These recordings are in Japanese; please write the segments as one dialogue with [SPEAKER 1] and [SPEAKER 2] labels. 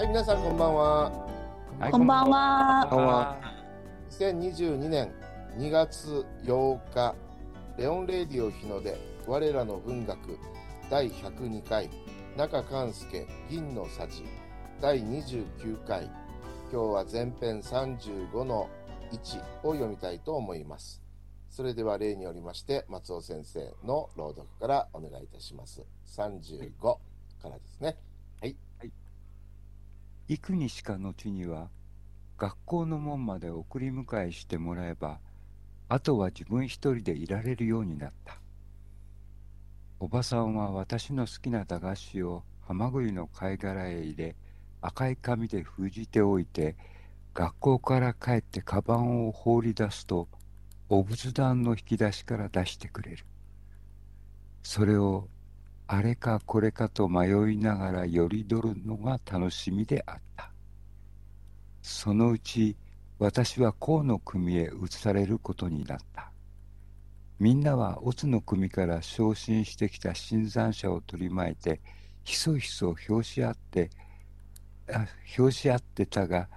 [SPEAKER 1] 皆さんこんばんは。
[SPEAKER 2] はい
[SPEAKER 3] こんばん。は。
[SPEAKER 1] こんばんは。2022年2月8日、レオンレディオ日の出、我らの文学、第102回、中勘介、銀のさじ、第29回、今日は前編35の1を読みたいと思います。それでは例によりまして、松尾先生の朗読からお願いいたします。35からですね。
[SPEAKER 2] 幾にしか後には、学校の門まで送り迎えしてもらえば、あとは自分一人でいられるようになった。おばさんは私の好きな駄菓子をハマグリの貝殻へ入れ、赤い紙で封じておいて、学校から帰ってカバンを放り出すと、お仏壇の引き出しから出してくれる。それをあれかこれかと迷いながらよりどるのが楽しみであった。そのうち私は甲の組へ移されることになった。みんなは乙の組から昇進してきた新参者を取り巻いてひそひそ拍子あってあ拍子あってたが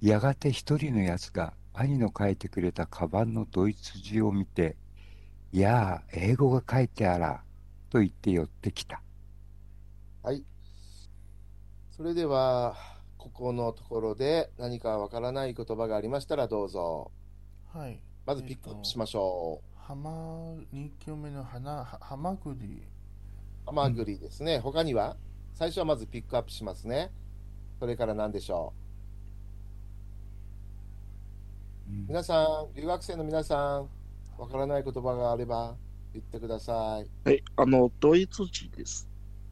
[SPEAKER 2] やがて一人のやつが兄の書いてくれたカバンのドイツ字を見て「やあ英語が書いてあら」と言って寄ってきた。
[SPEAKER 1] はい。それでは、ここのところで何かわからない言葉がありましたらどうぞ。
[SPEAKER 4] はい。
[SPEAKER 1] まずピックアップしましょう。
[SPEAKER 4] はま、2曲目の花、ははまぐり。
[SPEAKER 1] ハマグリですね。他には最初はまずピックアップしますね。それから何でしょう。皆さん、留学生の皆さん、わからない言葉があれば言ってください。
[SPEAKER 5] はい、あの、ドイツ人です。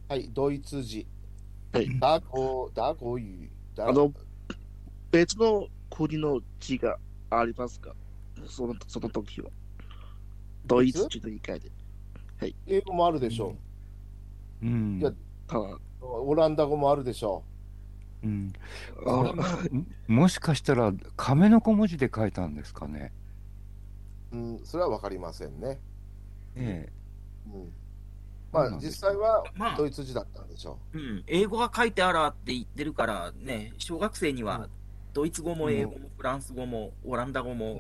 [SPEAKER 1] はい、ドイツ字。
[SPEAKER 5] はい
[SPEAKER 1] ダーコー、ダーコーユー。ダ
[SPEAKER 5] あの、別の国の字がありますかそのその時は。ドイツ人と言い換えて。
[SPEAKER 1] 英語もあるでしょ
[SPEAKER 2] うん
[SPEAKER 1] いや
[SPEAKER 5] ただ、
[SPEAKER 1] う。オランダ語もあるでしょ
[SPEAKER 2] うん
[SPEAKER 5] あ
[SPEAKER 2] あももしかしたら亀の小文字で書いたんですかね。
[SPEAKER 1] う。うん、それはわかりませんね。
[SPEAKER 2] え
[SPEAKER 1] うんま
[SPEAKER 2] そう
[SPEAKER 1] あ
[SPEAKER 2] なんです
[SPEAKER 1] 実際は
[SPEAKER 6] まあ
[SPEAKER 1] ド、イツ字だったんでしょ
[SPEAKER 6] うん、英語が書いてあらって言ってるからね、小学生にはドイツ語も英語もフランス語もオランダ語も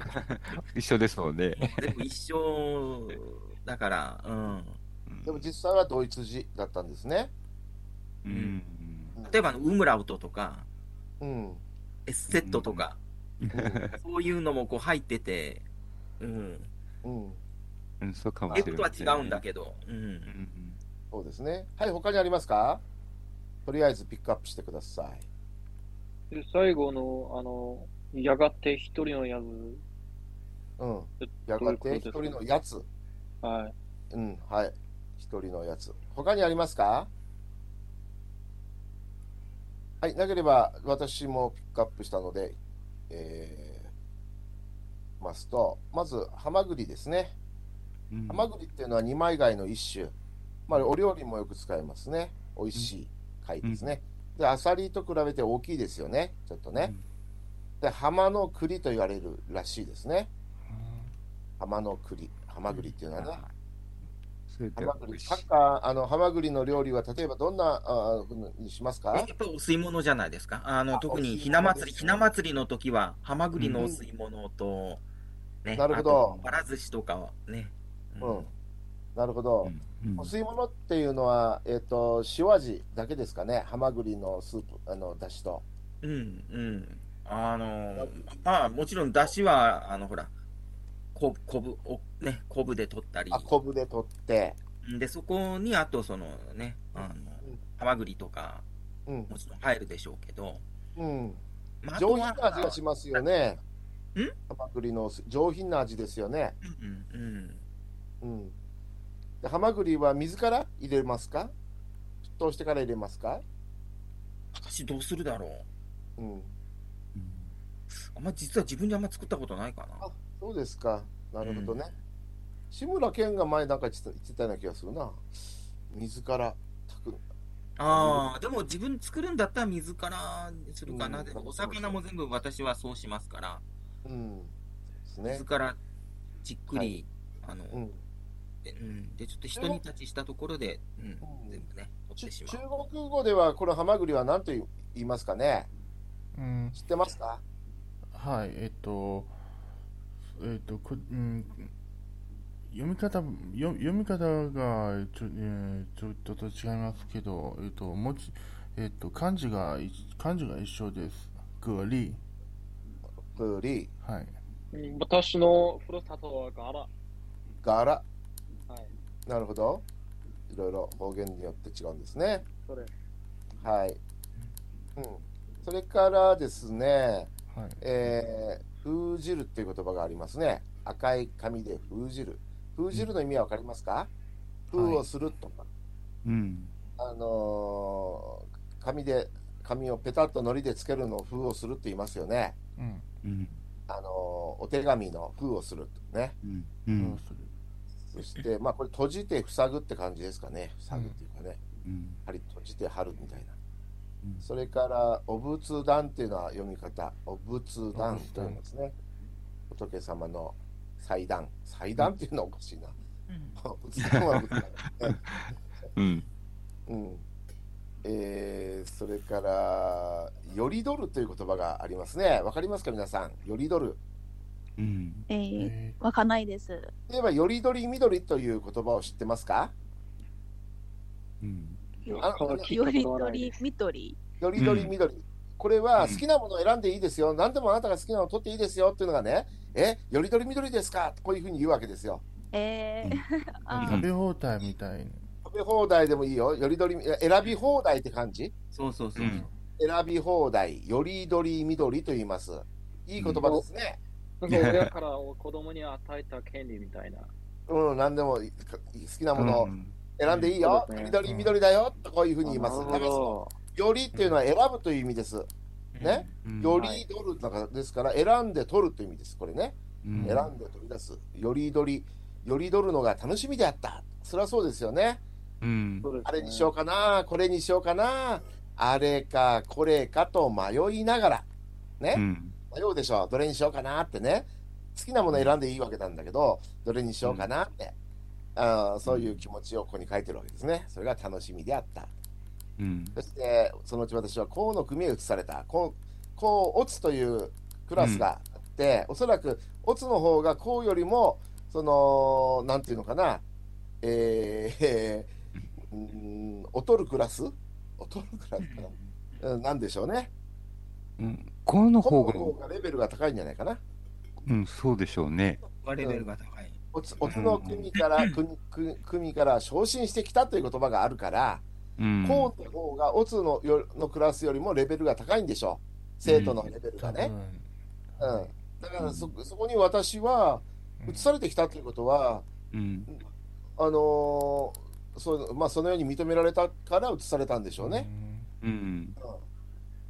[SPEAKER 2] え、一緒ですもんね。
[SPEAKER 6] 全部一緒だから、うん。
[SPEAKER 1] う。でも実際はドイツ字だったんですね。
[SPEAKER 2] うん
[SPEAKER 6] 例えばあの、ウムラウトとか、
[SPEAKER 1] うん。
[SPEAKER 6] エッセットとか、そういうのもこう入ってて、うん。
[SPEAKER 1] うん。
[SPEAKER 2] うん、そうかも
[SPEAKER 6] 英
[SPEAKER 2] し
[SPEAKER 6] 語
[SPEAKER 2] れ
[SPEAKER 6] と
[SPEAKER 2] ま
[SPEAKER 6] は
[SPEAKER 2] せん、
[SPEAKER 6] 違うんだけど、うん
[SPEAKER 2] う。ん
[SPEAKER 1] そうですね。はい、他にありますかとりあえずピックアップしてください。
[SPEAKER 7] で最後の、あの、やがて一人のやつ、
[SPEAKER 1] うん
[SPEAKER 7] え。
[SPEAKER 1] や
[SPEAKER 7] ど
[SPEAKER 1] が
[SPEAKER 7] ういうこと
[SPEAKER 1] て
[SPEAKER 7] です
[SPEAKER 1] 一
[SPEAKER 7] か
[SPEAKER 1] 人のやつ。
[SPEAKER 7] はい。
[SPEAKER 1] うん、はい。一人のやつ。他にありますかはい、なければ私もピックアップしたので、えー、ますと、まず、ハマグリですね。
[SPEAKER 2] うん
[SPEAKER 1] ハマグリっていうのは二枚貝の一種。まあ、お料理もよく使いますね。美味しい貝ですね。で、アサリと比べて大きいですよね。ちょっとね。で、ハマの栗と言われるらしいですね。ハマの栗。ハマグリっていうのはね。
[SPEAKER 2] それ
[SPEAKER 1] ハ
[SPEAKER 2] で
[SPEAKER 1] マグリ。サッカー、あの、ハマグリの料理は例えばどんな、あーにします
[SPEAKER 6] や
[SPEAKER 1] か
[SPEAKER 6] っぱりお吸い物じゃないですか。あの、
[SPEAKER 1] あ
[SPEAKER 6] 特
[SPEAKER 1] お吸い
[SPEAKER 6] に
[SPEAKER 1] 物
[SPEAKER 6] ひな祭り、
[SPEAKER 1] です
[SPEAKER 6] ひ
[SPEAKER 1] ね
[SPEAKER 6] な祭りの時は、ハマグリの
[SPEAKER 1] うん
[SPEAKER 6] お吸い物と、ね、
[SPEAKER 1] なるほど
[SPEAKER 6] あとばら寿司とかはね。
[SPEAKER 1] うん。なるほど。
[SPEAKER 2] うんうん
[SPEAKER 1] お吸い物っていうのは、えっ、と、塩味だけですかね。ハマグリのスープ、あの、だしと。
[SPEAKER 6] うんうん。あの、まあもちろん出汁は、あのほら、こ昆布をね、昆布で取ったり
[SPEAKER 1] あ、、昆布で取って。
[SPEAKER 6] で、そこにあとそのね、あの
[SPEAKER 1] うん、
[SPEAKER 6] ハマグリとか
[SPEAKER 1] うん。
[SPEAKER 6] もちろん入るでしょうけど、
[SPEAKER 1] うん。
[SPEAKER 6] まあ、あ
[SPEAKER 1] 上
[SPEAKER 6] と
[SPEAKER 1] 品
[SPEAKER 6] は
[SPEAKER 1] な味がしますよね。
[SPEAKER 6] ん
[SPEAKER 1] ハマグリの上品な味ですよね。
[SPEAKER 6] うんうん
[SPEAKER 1] うん。でハマグリは水から入れますか沸騰してから入れますか
[SPEAKER 6] 私どうするだろう。
[SPEAKER 1] うん。
[SPEAKER 6] あんま実は自分であんま作ったことないかな。
[SPEAKER 1] あ、そうですか。なるほどね。志村けんが前なんか言ってた言ってたような気がするな。水から炊く。
[SPEAKER 6] ああ、でも自分作るんだったら水からにするか
[SPEAKER 1] う
[SPEAKER 6] な。
[SPEAKER 1] ん
[SPEAKER 6] でもお魚も全部私はそうしますから、
[SPEAKER 1] うん。ですね
[SPEAKER 6] 水。からじっくり、あの、
[SPEAKER 1] うん。
[SPEAKER 6] で、うん、でちょっと一煮立ちしたところで、うん、全部ね、取っ
[SPEAKER 1] ち
[SPEAKER 6] てし
[SPEAKER 1] 中
[SPEAKER 6] まう。
[SPEAKER 1] 国語ではこのハマグリは何という言いますかね
[SPEAKER 4] うん、
[SPEAKER 1] 知ってますか
[SPEAKER 4] はい、えっと、えっと、こうん、読み方、読読み方がちょ,、えーちょっと違いますけど、えっと、文字、えっと、漢字が一、漢字が一緒です。グリ、
[SPEAKER 1] グリ
[SPEAKER 4] はい。
[SPEAKER 7] うん私のふるさとはガラ。
[SPEAKER 1] ガラ
[SPEAKER 7] はい。
[SPEAKER 1] なるほどいろいろ方言によって違うんですね
[SPEAKER 7] それ。
[SPEAKER 1] はい、うん、それからですね
[SPEAKER 4] はい。
[SPEAKER 1] えー封じるっていう言葉がありますね。赤い紙で封じる。封じるの意味はわかりますか、
[SPEAKER 4] うん
[SPEAKER 1] 封をするとか、
[SPEAKER 2] うん。
[SPEAKER 1] あのー紙で、紙をペタッと糊でつけるのを封をするって言いますよね。
[SPEAKER 4] うん。
[SPEAKER 2] うん。
[SPEAKER 1] あのーお手紙の封をするとね。
[SPEAKER 2] うん。う。
[SPEAKER 4] どうんする
[SPEAKER 1] そして、まあこれ閉じて塞ぐって感じですかね。塞ぐっていうかね。
[SPEAKER 2] うん。
[SPEAKER 1] 針閉じて貼るみたいな。
[SPEAKER 2] うん
[SPEAKER 1] それから、お仏壇っていうのは読み方、お仏壇と言いますね。仏様の祭壇。祭壇っていうのはおかしいな。お仏壇は仏壇。
[SPEAKER 2] うん。
[SPEAKER 1] うん。えー、それから、よりどるという言葉がありますね。わかりますか、皆さん。よりどる。
[SPEAKER 2] うん。
[SPEAKER 3] えー、
[SPEAKER 4] え
[SPEAKER 3] わかんないです。
[SPEAKER 1] 例えば、よりどりみどりという言葉を知ってますか
[SPEAKER 2] うん。
[SPEAKER 1] あ
[SPEAKER 7] この聞い
[SPEAKER 3] よ
[SPEAKER 7] たこ
[SPEAKER 3] り
[SPEAKER 7] とは
[SPEAKER 3] と
[SPEAKER 7] ない
[SPEAKER 3] り
[SPEAKER 7] です。
[SPEAKER 3] みとり。
[SPEAKER 1] よりどりみどり。これは好きなものを選んでいいですよ。何でもあなたが好きなのを取っていいですよっていうのがね、え、よりどりみどりですかこういうふうに言うわけですよ。
[SPEAKER 3] えー、
[SPEAKER 4] ー
[SPEAKER 3] あ
[SPEAKER 4] 食べ放題みたいに。
[SPEAKER 1] 食べ放題でもいいよ。よりどり、いや選び放題って感じ
[SPEAKER 6] そうそうそうう。
[SPEAKER 2] ん
[SPEAKER 1] 選び放題、よりどりみどりと言います。いい言葉ですね。
[SPEAKER 7] なんか親からお子供に与えた権利み たいな。
[SPEAKER 1] うん、何でもいい好きなものを
[SPEAKER 2] うん
[SPEAKER 1] 選んでいいよ。
[SPEAKER 7] うん
[SPEAKER 1] よりどりみどりだよ。とこういうふうに言います。
[SPEAKER 7] あ
[SPEAKER 1] だ
[SPEAKER 7] な
[SPEAKER 1] から
[SPEAKER 7] る
[SPEAKER 1] そ
[SPEAKER 7] ほ
[SPEAKER 1] のよりっていうのは選ぶという意味です。ね。
[SPEAKER 2] うん
[SPEAKER 1] よりどるだからですから、選んで取るという意味です。これね。
[SPEAKER 2] うん
[SPEAKER 1] 選んで取り出す。よりどり、よりどるのが楽しみであった。そりゃそうですよね。
[SPEAKER 2] うん
[SPEAKER 7] ど。そうですね
[SPEAKER 1] あれにしようかな、これにしようかな、あれかこれかと迷いながら、ね、
[SPEAKER 2] うん。
[SPEAKER 1] 迷うでしょ、どれにしようかなってね、好きなもの選んでいいわけなんだけど、どれにしようかなって、あーそういう気持ちをここに書いてるわけですね。それが楽しみであった。
[SPEAKER 2] うん。
[SPEAKER 1] そして、そのうち私は甲の組へ移された。甲、甲乙というクラスがあって、おそらく乙の方が甲よりも、その、なんていうのかな、えーえー、 うーん、劣るクラス劣るクラスかな。うんなんでしょうね。
[SPEAKER 2] うん。この
[SPEAKER 1] 甲
[SPEAKER 2] 方
[SPEAKER 1] の方
[SPEAKER 2] が、
[SPEAKER 1] がレベルが高いんじゃないかな。
[SPEAKER 2] うん、そうでしょうね。
[SPEAKER 6] レベルが高い。
[SPEAKER 1] 乙乙の組から、組組組から昇進してきたという言葉があるから、
[SPEAKER 2] うん。
[SPEAKER 1] 甲の方が乙のよのクラスよりもレベルが高いんでしょう。生徒のレベルが
[SPEAKER 4] 多
[SPEAKER 1] ね。
[SPEAKER 4] 分。
[SPEAKER 1] うんだからそそこに私は移されてきたということは、
[SPEAKER 2] うん。
[SPEAKER 1] あのーそうまあ、そのように認められたから移されたんでしょうね。
[SPEAKER 2] うん。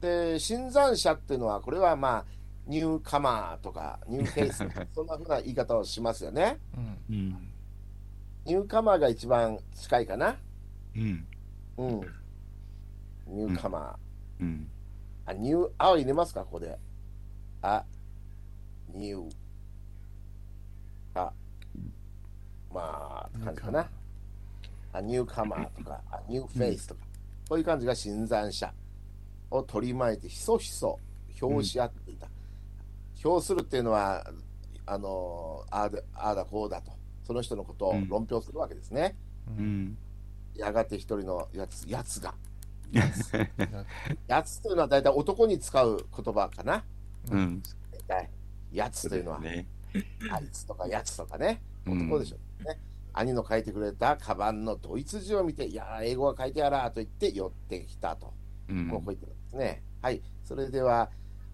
[SPEAKER 1] で、新参者っていうのは、これはまあ、ニューカマーとか、ニューフェイ ス、そんなふうな言い方をしますよね。
[SPEAKER 4] うん。
[SPEAKER 2] うん。
[SPEAKER 1] ニューカマーが一番近いかな。
[SPEAKER 2] うん。
[SPEAKER 1] うん。ニューカマ
[SPEAKER 2] うん。
[SPEAKER 1] ー。あ、ニュー、あを入れますか、ここで。あ、ニュー。あ、まあ、感じかな。あニューカマーとか、あニューフェイスとか、こういう感じが新参者を取り巻いて、ひそひそ、表し合っていた。表するっていうのは、あの、ああだああだこうだと、その人のことを
[SPEAKER 2] うん
[SPEAKER 1] 論評するわけですね。
[SPEAKER 4] う。
[SPEAKER 2] うんん。
[SPEAKER 1] やがて一人のやつ、やつが。やつというのは大体男に使う言葉かな。
[SPEAKER 2] うん。
[SPEAKER 1] 大体やつというのは、
[SPEAKER 2] ね。
[SPEAKER 1] あいつとかやつとかね。
[SPEAKER 2] うん
[SPEAKER 1] 男でしょうね。兄の書いてくれたカバンのドイツ字を見て、いやー、英語が書いてあらーと言って寄ってきたと。
[SPEAKER 2] うん。
[SPEAKER 1] もうこう言ってるんですね。はい。それでは、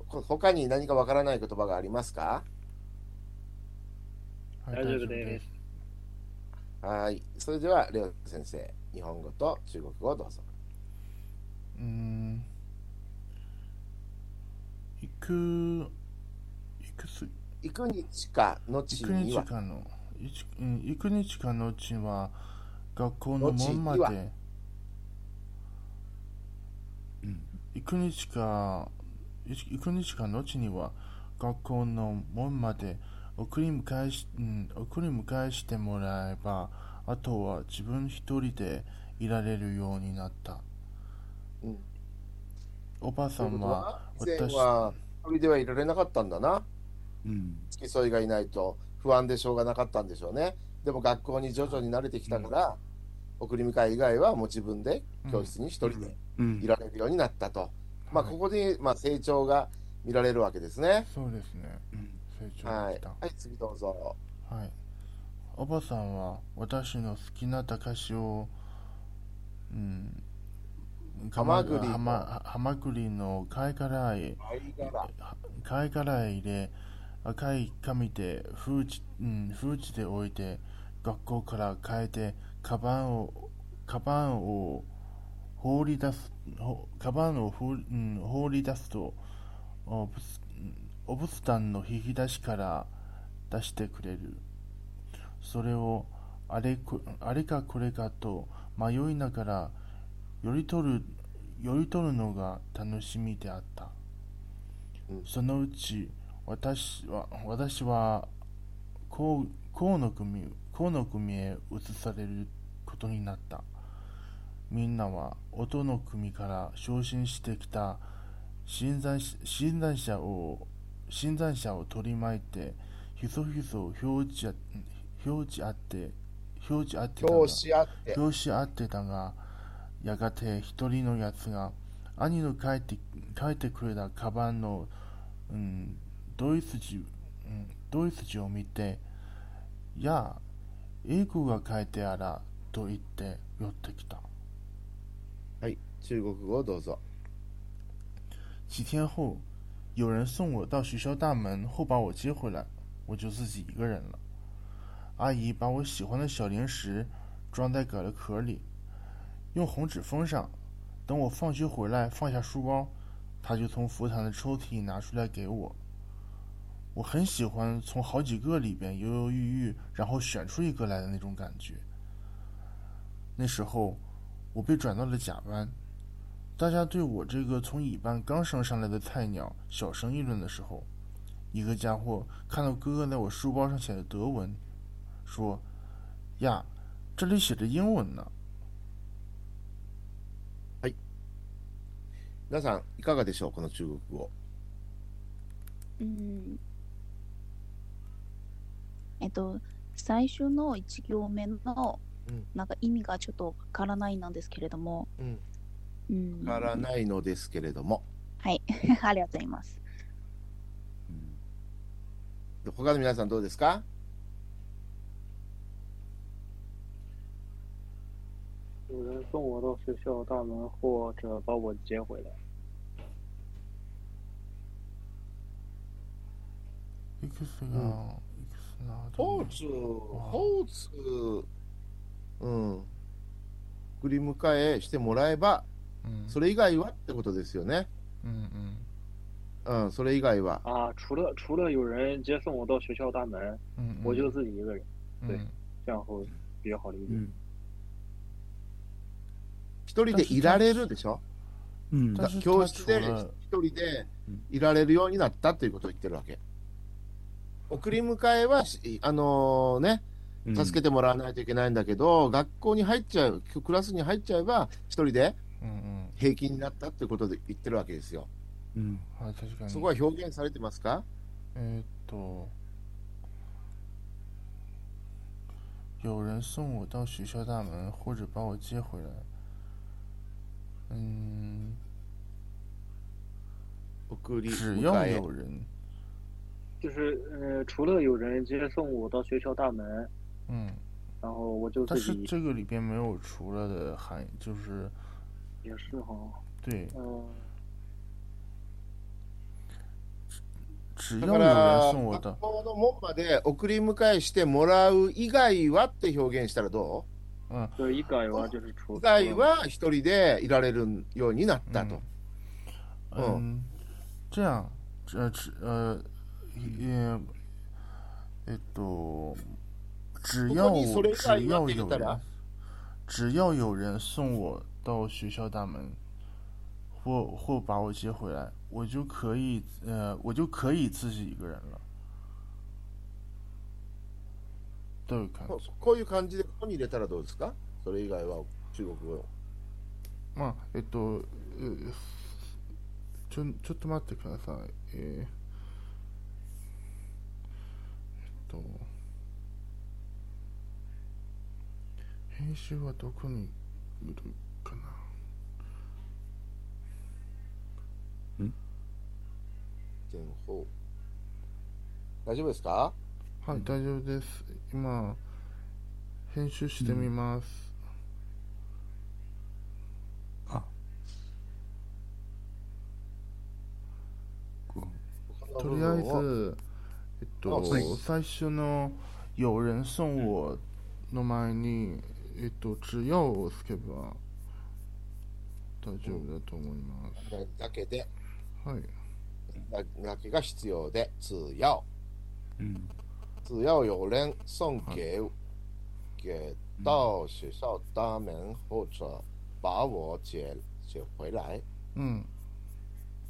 [SPEAKER 1] こ他に何かわからない言葉がありますか
[SPEAKER 4] は
[SPEAKER 7] ど。
[SPEAKER 4] い
[SPEAKER 7] 大丈夫です。。
[SPEAKER 1] はい。それでは、レオ先生、日本語と中国語をどうぞ。
[SPEAKER 4] うん。行く、行くす、
[SPEAKER 1] 幾日かのち
[SPEAKER 4] 幾
[SPEAKER 1] に
[SPEAKER 4] 日
[SPEAKER 1] は、
[SPEAKER 4] 間の、いちうん幾日間のうちは、学校の門ま
[SPEAKER 1] のちに
[SPEAKER 4] で、
[SPEAKER 2] うん。
[SPEAKER 4] 幾日か、いち幾日間のうちには、学校の門まで送り迎えし、うん、送り迎えしてもらえば、あとは自分一人でいられるようになった。
[SPEAKER 1] うん
[SPEAKER 4] おばあさ
[SPEAKER 1] というんこと
[SPEAKER 4] は、
[SPEAKER 1] は、以前は一人ではいられなかったんだな。
[SPEAKER 2] うん、
[SPEAKER 1] 付き添いがいないと不安でしょうがなかったんでしょうね。でも学校に徐々に慣れてきたから、送り迎え以外はもう自分で教室に一人で
[SPEAKER 2] うん
[SPEAKER 1] いられるようになったと。まあ、
[SPEAKER 4] はい
[SPEAKER 1] ここで、まあ、成長が見られるわけですね。
[SPEAKER 4] そうですね。
[SPEAKER 2] うん
[SPEAKER 4] 成長
[SPEAKER 1] は
[SPEAKER 4] でき
[SPEAKER 1] い。
[SPEAKER 4] た。
[SPEAKER 1] はい、次どうぞ。
[SPEAKER 4] はい。おばさんは私の好きな高しを、うん、
[SPEAKER 1] ハマグリ
[SPEAKER 4] ハマハマグリの貝殻へ、
[SPEAKER 1] 貝殻。
[SPEAKER 4] 貝殻へ入れ、赤い紙で封じ、うん、封じておいて、学校から変えて、カバンを、カバンを放り出す、ほカバンを放,、うん、放り出すと、おぶすうんおぶすたんの引き出しから出してくれる。それをあれこあれかこれかと迷いながら寄り取る寄り取るのが楽しみであった、
[SPEAKER 1] うん
[SPEAKER 4] そのうち私は私は河河の組河の組へ移されることになったみんなは音の組から昇進してきた新参し新参者を新参者を取り巻いてひそひそ表示表示あって表示あってたが
[SPEAKER 1] 教師あって。
[SPEAKER 4] 教師あってたがやがて一人のやつが兄の書いて書いてくれたカバンの、うん、ドイツ字、うん、ドイツ字を見て「やあ英語が書いてあら」と言って寄ってきた
[SPEAKER 1] はい、中国語どうぞ。
[SPEAKER 4] 几天后，有人送我到学校大门后把我接回来，我就自己一个人了。阿姨把我喜欢的小零食装在可乐壳里，用红纸封上。等我放学回来，放下书包，她就从佛坛的抽屉拿出来给我。我很喜欢从好几个里边犹犹豫豫，然后选出一个来的那种感觉。那时候，我被转到了甲班，大家对我这个从乙班刚升上来的菜鸟小声议论的时候，一个家伙看到哥哥在我书包上写的德文，说：“呀，这里写着英文呢。
[SPEAKER 1] 皆さん、いかがでしょう、この中国語。
[SPEAKER 3] うんえっと、最初の1行目の
[SPEAKER 1] うん
[SPEAKER 3] なんか意味がちょっとわからないなんですけれども、
[SPEAKER 1] うん
[SPEAKER 3] うん
[SPEAKER 1] わからないのですけれども、
[SPEAKER 3] ありがとうございます。
[SPEAKER 2] うん
[SPEAKER 1] 他の皆さんどうですか
[SPEAKER 7] 有人送我到学校大门，或者把我接回来。”
[SPEAKER 4] いく
[SPEAKER 7] 啊
[SPEAKER 1] う
[SPEAKER 4] つが、いくつなど
[SPEAKER 1] ポ
[SPEAKER 4] う
[SPEAKER 1] ーツ、ポーツ、うん、送り迎えしてもらえば、
[SPEAKER 4] うん
[SPEAKER 1] それ以外はってことですよね。
[SPEAKER 4] うんう
[SPEAKER 1] う
[SPEAKER 4] ん
[SPEAKER 1] ん、それ以外は。
[SPEAKER 7] 啊，除了除了有人接送我到学校大
[SPEAKER 1] 嗯
[SPEAKER 7] 门，
[SPEAKER 4] うんうん
[SPEAKER 7] 我就自己一个人，
[SPEAKER 4] うん
[SPEAKER 7] 对这样会比较好理解。
[SPEAKER 1] 嗯一人でいられるでしょ
[SPEAKER 2] うん
[SPEAKER 4] 但是
[SPEAKER 1] 教
[SPEAKER 4] 他
[SPEAKER 1] 室
[SPEAKER 4] 除
[SPEAKER 1] で
[SPEAKER 4] 了
[SPEAKER 1] 一人でいられるようになったということを言ってるわけ。送り迎えはし、あのね、
[SPEAKER 2] うん
[SPEAKER 1] 助けてもらわないといけないんだけど、学校に入っちゃう、クラスに入っちゃえば、一人で
[SPEAKER 4] うんうん
[SPEAKER 1] 平均になったってことで言ってるわけですよ。
[SPEAKER 2] うん
[SPEAKER 4] はい確かに
[SPEAKER 1] そこは表現されてますか
[SPEAKER 4] えーっと，有人送我到学校大门，或者把我接回来。嗯，
[SPEAKER 1] 送り
[SPEAKER 4] 只要
[SPEAKER 1] 迎
[SPEAKER 4] 有人，
[SPEAKER 7] 就是呃，除了有人接送我到学校大门，
[SPEAKER 4] 嗯，
[SPEAKER 7] 然后我就
[SPEAKER 4] 但
[SPEAKER 7] 自
[SPEAKER 4] 是
[SPEAKER 7] 己
[SPEAKER 4] 这个里边没有除了的含义，就是
[SPEAKER 7] 也是哈，
[SPEAKER 4] 对，
[SPEAKER 7] 嗯、
[SPEAKER 4] 只
[SPEAKER 1] え。
[SPEAKER 4] 要
[SPEAKER 1] だ
[SPEAKER 4] 有
[SPEAKER 1] から、
[SPEAKER 4] 人送我到
[SPEAKER 1] 学，校の門まで送り迎えしてもらう以外はって表現したらど
[SPEAKER 4] 嗯
[SPEAKER 7] 对，一改完就是除
[SPEAKER 1] う以外は一人でいられるようになったと。哦
[SPEAKER 4] 嗯，这样，这只呃，也，えっと、只要
[SPEAKER 1] ここにそ
[SPEAKER 4] 我
[SPEAKER 1] れ以外は
[SPEAKER 4] 只要
[SPEAKER 1] って言
[SPEAKER 4] 有
[SPEAKER 1] ったら
[SPEAKER 4] 人，只要有人送我到学校大门，或或把我接回来，我就可以呃，我就可以自己一个人了。都有感
[SPEAKER 1] こ
[SPEAKER 4] じ。
[SPEAKER 1] こういう感じでここに入れたらどうですかそれ以外は中国語。
[SPEAKER 4] まあ、えっと、うちょちょっと待ってください。えーえっと、編集はどこにいるかな。
[SPEAKER 1] 全方大丈夫ですか
[SPEAKER 4] はい、大丈夫です。今、編集してみます。
[SPEAKER 2] こう
[SPEAKER 4] とりあ
[SPEAKER 1] 他の
[SPEAKER 4] え
[SPEAKER 1] 部分を
[SPEAKER 4] ず、えっと、
[SPEAKER 1] はい
[SPEAKER 4] 最初の「有人送我」の前に、えっと、只要をつけば大丈夫だと思います。
[SPEAKER 1] だけで
[SPEAKER 4] はい。
[SPEAKER 1] だだけが必要で通要
[SPEAKER 2] うん
[SPEAKER 1] 只要有人送给、给到学校大门或者把我接接回来。
[SPEAKER 4] うん。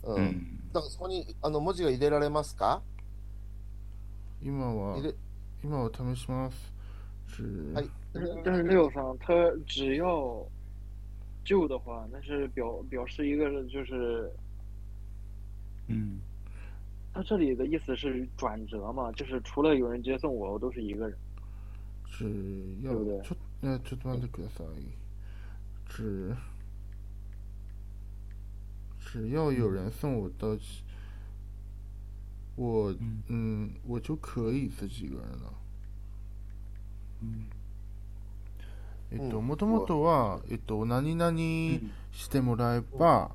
[SPEAKER 1] うん。
[SPEAKER 2] うん
[SPEAKER 1] だからそこにあの文字が入れられますか？
[SPEAKER 4] 今は
[SPEAKER 1] 入、れ
[SPEAKER 4] 今は試します。只
[SPEAKER 1] はい。
[SPEAKER 7] 但是六上它只要就的话，那是表表示一个就是
[SPEAKER 2] うん
[SPEAKER 7] 它这里的意思是转折嘛，就是除了有人接送我，我都是一个人。
[SPEAKER 4] 只要
[SPEAKER 7] 对不对
[SPEAKER 4] ちょえちょっと待ってください。只只要有人送我到，我
[SPEAKER 2] 嗯
[SPEAKER 4] 嗯，我就可以自己一个人了。
[SPEAKER 2] うん
[SPEAKER 4] えっと、
[SPEAKER 1] うん
[SPEAKER 4] もともとは、えっと、何々してもらえば、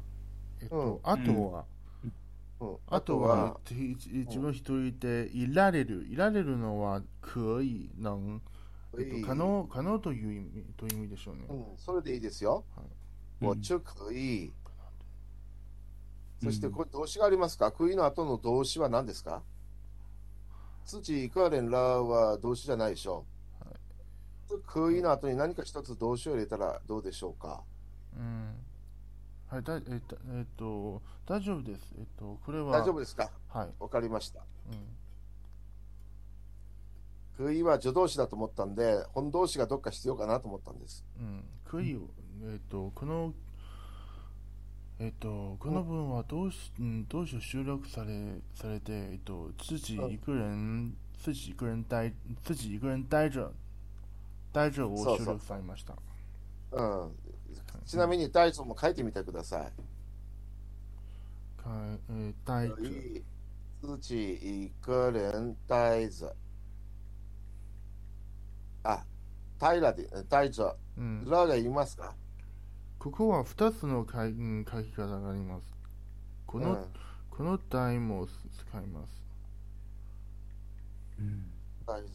[SPEAKER 4] えっと、あとは、
[SPEAKER 1] うん、
[SPEAKER 4] あとは、えっと自分一人でいられる、いられるのは、可以、能、えっと、可能、可能という意味、という意味でしょうね。
[SPEAKER 1] うん、それでいいですよ。
[SPEAKER 2] うん
[SPEAKER 1] 我就可以。そしてこれ動詞がありますか？クイの後の動詞は何ですか？土イカレンラは動詞じゃないでしょう。クイの後に何か一つ動詞を入れたらどうでしょうか？
[SPEAKER 4] うん。はい、だ、えっと、えっと、大丈夫です。えっと、これは、
[SPEAKER 1] 大丈夫ですか？
[SPEAKER 4] はい。
[SPEAKER 1] わかりました。
[SPEAKER 4] うん
[SPEAKER 1] クイは助動詞だと思ったんで、本動詞がどっか必要かなと思ったんです。
[SPEAKER 4] うん、悔いを、えっ、と、この、えっ、と、この文はどうし、うん、どうしよう収録され、されて、えっ、と、自己一个人、自己一个人待、自己一个人待着、待着を
[SPEAKER 1] そうそう
[SPEAKER 4] 収録されました。
[SPEAKER 1] うん。ちなみに大地も書いてみてください。
[SPEAKER 4] かいえー待
[SPEAKER 1] 可
[SPEAKER 4] 着、
[SPEAKER 1] 以自己一个人待着。あ、平で、待着。
[SPEAKER 4] うん。
[SPEAKER 1] らがいますか、
[SPEAKER 4] ここは二つの書い、うん、書き方があります。こ
[SPEAKER 1] う
[SPEAKER 4] の、
[SPEAKER 1] ん
[SPEAKER 4] この台も使います。
[SPEAKER 2] うん
[SPEAKER 1] 大豆。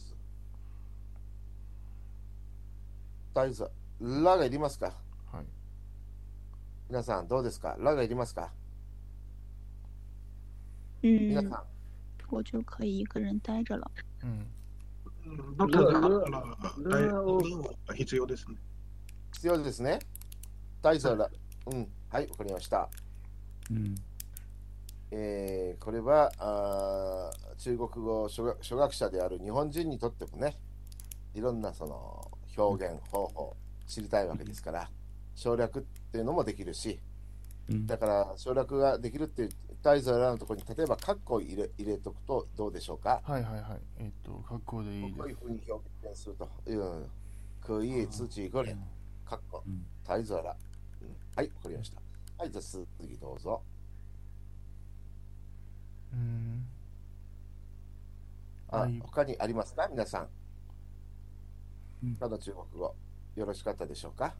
[SPEAKER 1] 大豆。らがいりますか
[SPEAKER 4] はい。
[SPEAKER 1] 皆さんどうですからがいりますか皆さん。，
[SPEAKER 3] 嗯我就可以一个人待着了。
[SPEAKER 4] うん。
[SPEAKER 8] だったら、だいぶ必要ですね。
[SPEAKER 1] 必要ですね。大豆ら。うん。はい、わかりました。
[SPEAKER 2] うん
[SPEAKER 1] えーこれはあー中国語初学初学者である日本人にとってもねいろんなその表現方法知りたいわけですから省略っていうのもできるし
[SPEAKER 2] うん
[SPEAKER 1] だから省略ができるっていう大座らのところに例えばカッコを入れ入れとくとどうでしょうか
[SPEAKER 4] はいはいはい。えっ、と、格好でいい
[SPEAKER 1] こうい
[SPEAKER 4] で
[SPEAKER 1] う
[SPEAKER 4] す。
[SPEAKER 1] ふうに表現するとうん可以自己一个人カッコ
[SPEAKER 2] うん
[SPEAKER 1] 大座ら、うん、はいわかりましたはいじゃあ次どうぞ
[SPEAKER 4] うん。
[SPEAKER 1] あ
[SPEAKER 4] はい
[SPEAKER 1] 他にありますか皆さ
[SPEAKER 2] うん
[SPEAKER 1] ん。他の中国語、よろしかったでしょうか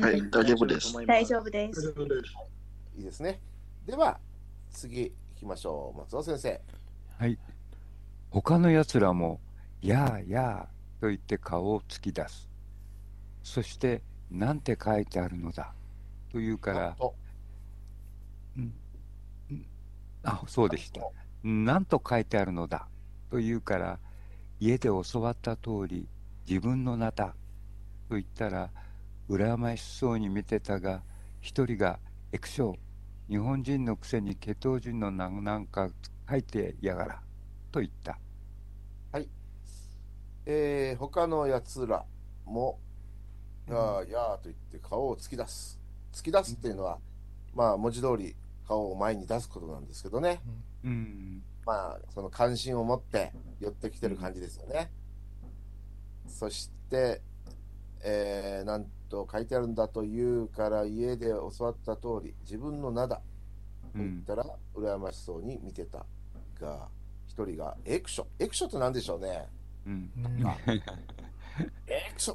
[SPEAKER 5] はい、大丈夫です。
[SPEAKER 7] 大丈
[SPEAKER 9] 丈夫で
[SPEAKER 8] 大丈。夫です。
[SPEAKER 1] いいですね。では、次行きましょう。松尾先生。
[SPEAKER 2] 他のやつらも「やあやあ」と言って顔を突き出すそして「なんて書いてあるのだ」と言うから
[SPEAKER 1] お
[SPEAKER 2] 「あそうでした」「なんと書いてあるのだ」と言うから家で教わった通り「自分の名だ」と言ったら羨ましそうに見てたが一人が「エクショー日本人のくせに血統人の名なんか書いてやがら」と言った。
[SPEAKER 1] えー他のやつらも、やーやーと言って顔を突き出す。突き出すっていうのは、まあ、文字通り顔を前に出すことなんですけどね。
[SPEAKER 2] うん。
[SPEAKER 1] まあ、その関心を持って寄ってきてる感じですよね。そして、えーなんと書いてあるんだというから家で教わった通り自分の名だと
[SPEAKER 2] う
[SPEAKER 1] 言っ
[SPEAKER 2] ん。
[SPEAKER 1] たら羨ましそうに見てたが一人がエクショエクショって何でしょうね
[SPEAKER 2] うん。
[SPEAKER 4] うん
[SPEAKER 2] あ
[SPEAKER 1] エクショ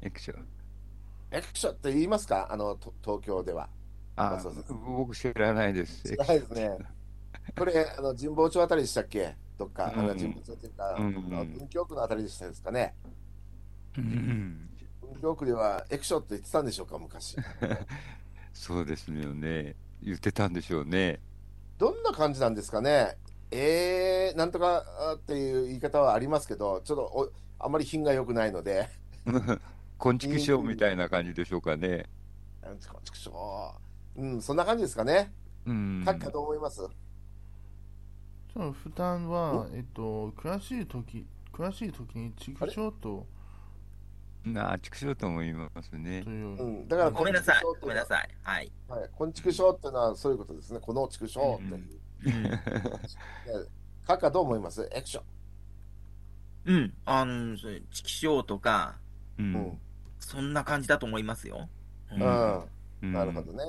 [SPEAKER 2] エクション。
[SPEAKER 1] エクショって言いますかあのと東京では。
[SPEAKER 2] あ
[SPEAKER 1] あそうそう
[SPEAKER 2] 僕知らないです。
[SPEAKER 1] 知らないですね。これあの神保町あたりでしたっけどっか、あ
[SPEAKER 2] う
[SPEAKER 1] の
[SPEAKER 2] ん
[SPEAKER 1] 神保町っていうか、
[SPEAKER 2] うん
[SPEAKER 1] あの文京区のあたりでしたですかね。
[SPEAKER 2] うん
[SPEAKER 1] 文京区ではエクショって言ってたんでしょうか昔。
[SPEAKER 2] そうですよね。言ってたんでしょうね。
[SPEAKER 1] どんな感じなんですかね。えー、なんとかあっていう言い方はありますけど、ちょっとおあんまり品が良くないので、
[SPEAKER 2] 昆虫ショーみたいな感じでしょうかね。
[SPEAKER 1] なんちくしょう。うん、そんな感じですかね。
[SPEAKER 2] うん。
[SPEAKER 1] 書くかと思います。
[SPEAKER 4] そう普段は、えっと、詳しい時詳しい時に畜生と
[SPEAKER 2] なあ、畜生とも言いますね
[SPEAKER 4] と。いう、
[SPEAKER 1] うん、だから
[SPEAKER 6] ごめんなさい
[SPEAKER 1] こ、
[SPEAKER 6] ごめんなさい。はい。
[SPEAKER 1] はい、こんちくしょうっていうのはそういうことですね。このちくしょうっていう。 書くかどう思いますエクション。
[SPEAKER 6] うん。あの、そういう畜生とか、
[SPEAKER 2] う
[SPEAKER 1] うんん。
[SPEAKER 6] そんな感じだと思いますよ。う
[SPEAKER 1] うんん。
[SPEAKER 2] うん
[SPEAKER 1] なるほど。ね。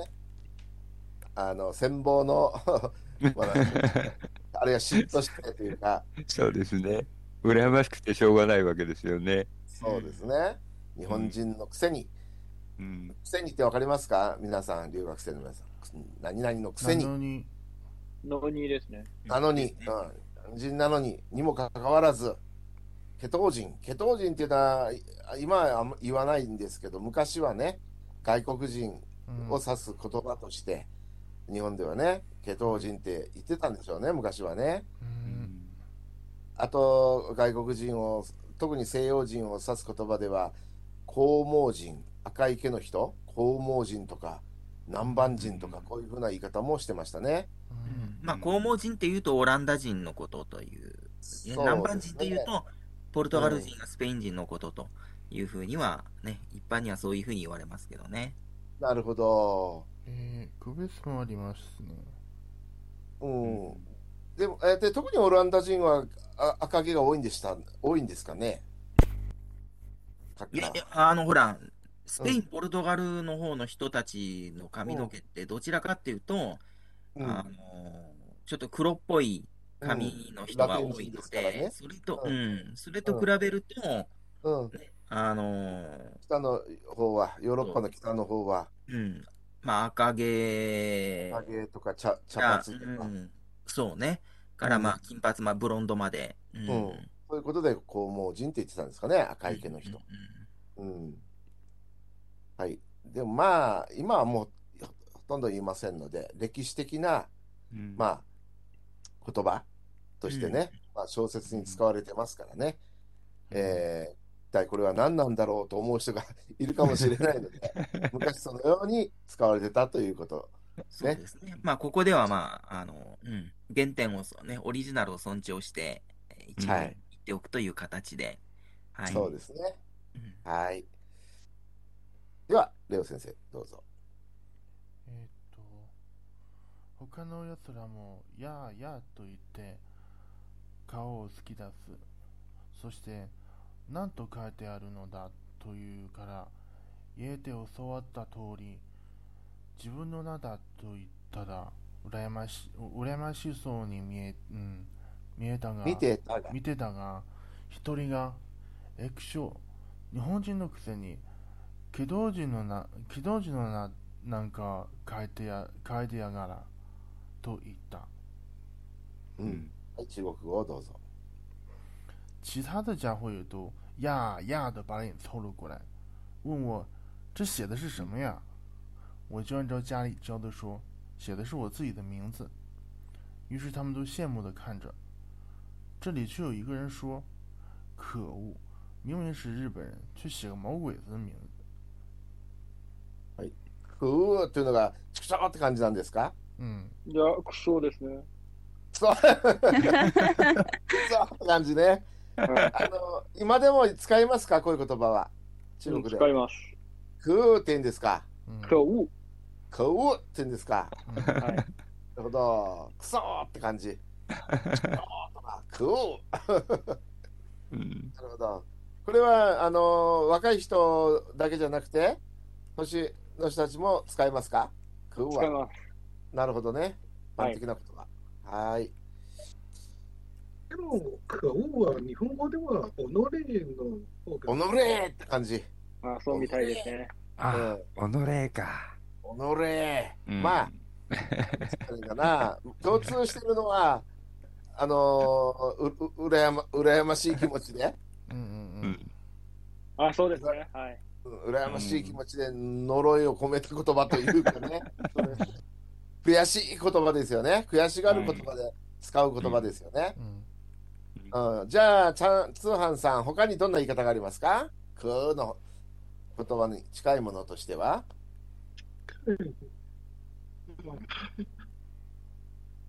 [SPEAKER 1] あの、戦望の、まだあれが嫉妬してというか、
[SPEAKER 2] そうですね。羨ましくてしょうがないわけですよね。
[SPEAKER 1] そうですね。日本人のくせに、
[SPEAKER 2] うん。
[SPEAKER 1] くせにってわかりますか皆さん、留学生の皆さん。くせ何々のくせに
[SPEAKER 4] な、のに
[SPEAKER 7] ノニーですね。
[SPEAKER 1] なのに、うん、日本人なのに、にもかかわらず、ケト人、ケト人っていうのは、い今はあんま言わないんですけど、昔はね、外国人
[SPEAKER 4] うん
[SPEAKER 1] を指す言葉として、日本ではね、ケト人って言ってたんでしょうね、昔はね。
[SPEAKER 4] うん
[SPEAKER 1] あと外国人を特に西洋人を指す言葉では黄毛人赤い毛の人黄毛人とか南蛮人とかこういうふうな言い方もしてましたね。
[SPEAKER 4] うん
[SPEAKER 6] まあ、公毛人っていうとオランダ人のことという、ね、
[SPEAKER 1] そう
[SPEAKER 6] 南
[SPEAKER 1] で
[SPEAKER 6] 蛮
[SPEAKER 1] す
[SPEAKER 6] 人っ
[SPEAKER 1] ね
[SPEAKER 6] ていうと、ポルトガル人やスペイン人のことというふうには、ね、一般にはそういうふうに言われますけどね。
[SPEAKER 1] なるほど。
[SPEAKER 4] えー、区別もありますね。
[SPEAKER 1] うん。でもえーで特にオランダ人はあ赤毛が多いんでした多いんですかね。かっ
[SPEAKER 6] いや
[SPEAKER 1] か
[SPEAKER 6] いや、あの、ほら、スペイン、ポルトガルの方の人たちの髪の毛ってどちらかっていうと、
[SPEAKER 1] うん
[SPEAKER 6] あのちょっと黒っぽい髪の人が多い
[SPEAKER 1] うんラテン人で
[SPEAKER 6] の
[SPEAKER 1] すから
[SPEAKER 6] で、
[SPEAKER 1] ね
[SPEAKER 6] それと、
[SPEAKER 1] う
[SPEAKER 6] うんん、それと比べると、
[SPEAKER 1] うん、
[SPEAKER 6] あの
[SPEAKER 1] 北の方はヨーロッパの北の方は
[SPEAKER 6] うん、まあ、赤毛
[SPEAKER 1] 赤毛とか茶茶
[SPEAKER 6] が、
[SPEAKER 1] 髪と
[SPEAKER 6] う
[SPEAKER 1] か、
[SPEAKER 6] ん、そうね、からまあ、金髪、まあ、ブロンドまで、うん
[SPEAKER 1] うんそういうことで黄毛人って言ってたんですかね赤い毛の人。うん。はい。でもまあ、今はもうほほとんど言いませんので、歴史的な、
[SPEAKER 2] うん
[SPEAKER 1] まあ、言葉としてね、まあ、小説に使われてますからね、えー一体これは何なんだろうと思う人がいるかもしれないので、 昔そのように使われてたということ。
[SPEAKER 6] そうですね。まあ、ここでは、まあ、あの、うん、原点をそうね、オリジナルを尊重して、えー一応
[SPEAKER 1] はい
[SPEAKER 6] 言っておくという形で、はい。
[SPEAKER 1] そうですね。
[SPEAKER 6] うん
[SPEAKER 1] はい。では、レオ先生、どうぞ。
[SPEAKER 4] えーっと、他のやつらも、やーやーと言って、顔を突き出す。そして、なんと書いてあるのだというから、家で教わった通り、自分の名だと言ったら、羨まし、羨ましそうに見え、うん、見えたが、
[SPEAKER 1] 見てたが、
[SPEAKER 4] 見てたが、一人が、液晶、日本人のくせに、軌道人のな、軌道人のな、なんか変えてや、変えてやがら、と言った。
[SPEAKER 1] うん。はい、中国語をどうぞ。
[SPEAKER 4] 其他的家伙也都呀呀的把脸凑了过来，问我这写的是什么呀？我就按照家里教的说，写的是我自己的名字。于是他们都羡慕的看着。这里却有一个人说：“可恶，明明是日本人，却写个毛鬼子的名字。
[SPEAKER 1] ふうーっていうのが、ちくしょうって感じなんですか”
[SPEAKER 4] 嗯，
[SPEAKER 7] いや、クソですね。
[SPEAKER 1] そう。そう感じね。
[SPEAKER 7] はい
[SPEAKER 1] あの今でも使いますかこういう言葉は。中国で
[SPEAKER 7] 使
[SPEAKER 1] は。
[SPEAKER 7] います。
[SPEAKER 1] クーって言うんですか。
[SPEAKER 4] 嗯，
[SPEAKER 7] 可恶。
[SPEAKER 1] 可恶って言うんですか。
[SPEAKER 7] はい。
[SPEAKER 1] なるほど。くそーって感じ。くおー
[SPEAKER 2] うん、
[SPEAKER 1] なるほど。これは、あのー若い人だけじゃなくて、年の人たちも使いますかくお
[SPEAKER 7] 使い
[SPEAKER 1] は。
[SPEAKER 7] ます。
[SPEAKER 1] なるほどね。一
[SPEAKER 7] はい
[SPEAKER 1] 般的な言葉。はーい。
[SPEAKER 8] でも、可恶は日本語では己の方
[SPEAKER 1] お
[SPEAKER 8] が
[SPEAKER 1] のれーって感じ。
[SPEAKER 7] あ、そうみたいですね。
[SPEAKER 2] あ、己か。
[SPEAKER 1] おのれー。
[SPEAKER 2] うん
[SPEAKER 1] ま あ、なんかな、共通してるのは、あのーうううらやま羨ましい気持ちで、
[SPEAKER 4] うんうん
[SPEAKER 2] う
[SPEAKER 4] うん
[SPEAKER 2] ん
[SPEAKER 7] あ、そうですね。はい。
[SPEAKER 1] うん羨ましい気持ちで呪いを込めた言葉というか ね、それ悔しい言葉ですよね、悔しがる言葉で使う言葉ですよね。
[SPEAKER 4] うん
[SPEAKER 1] うん、じゃあ、ちゃん通販さん、他にどんな言い方がありますかくーの言葉に近いものとしては、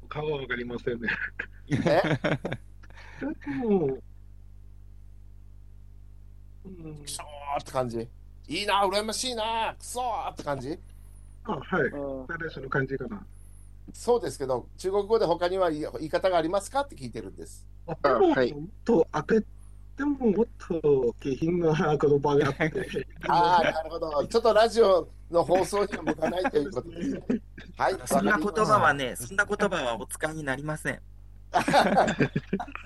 [SPEAKER 8] 顔はわかりませんね。
[SPEAKER 1] え
[SPEAKER 8] でも、うん
[SPEAKER 1] く、そーって感じ。いいな、羨ましいな、くそーって感じ。
[SPEAKER 8] あはい、
[SPEAKER 7] うん。
[SPEAKER 8] 大体その感じかな。
[SPEAKER 1] そうですけど、中国語で他には言い言い方がありますかって聞いてるんです。
[SPEAKER 8] でも、
[SPEAKER 5] はい
[SPEAKER 8] もっと当てでももっと下品な言葉があって、
[SPEAKER 1] ああ、なるほど。ちょっとラジオの放送には向かないということですね。はい、
[SPEAKER 6] そんな言葉
[SPEAKER 1] は。
[SPEAKER 6] はね、そんな言葉はお使いになりません。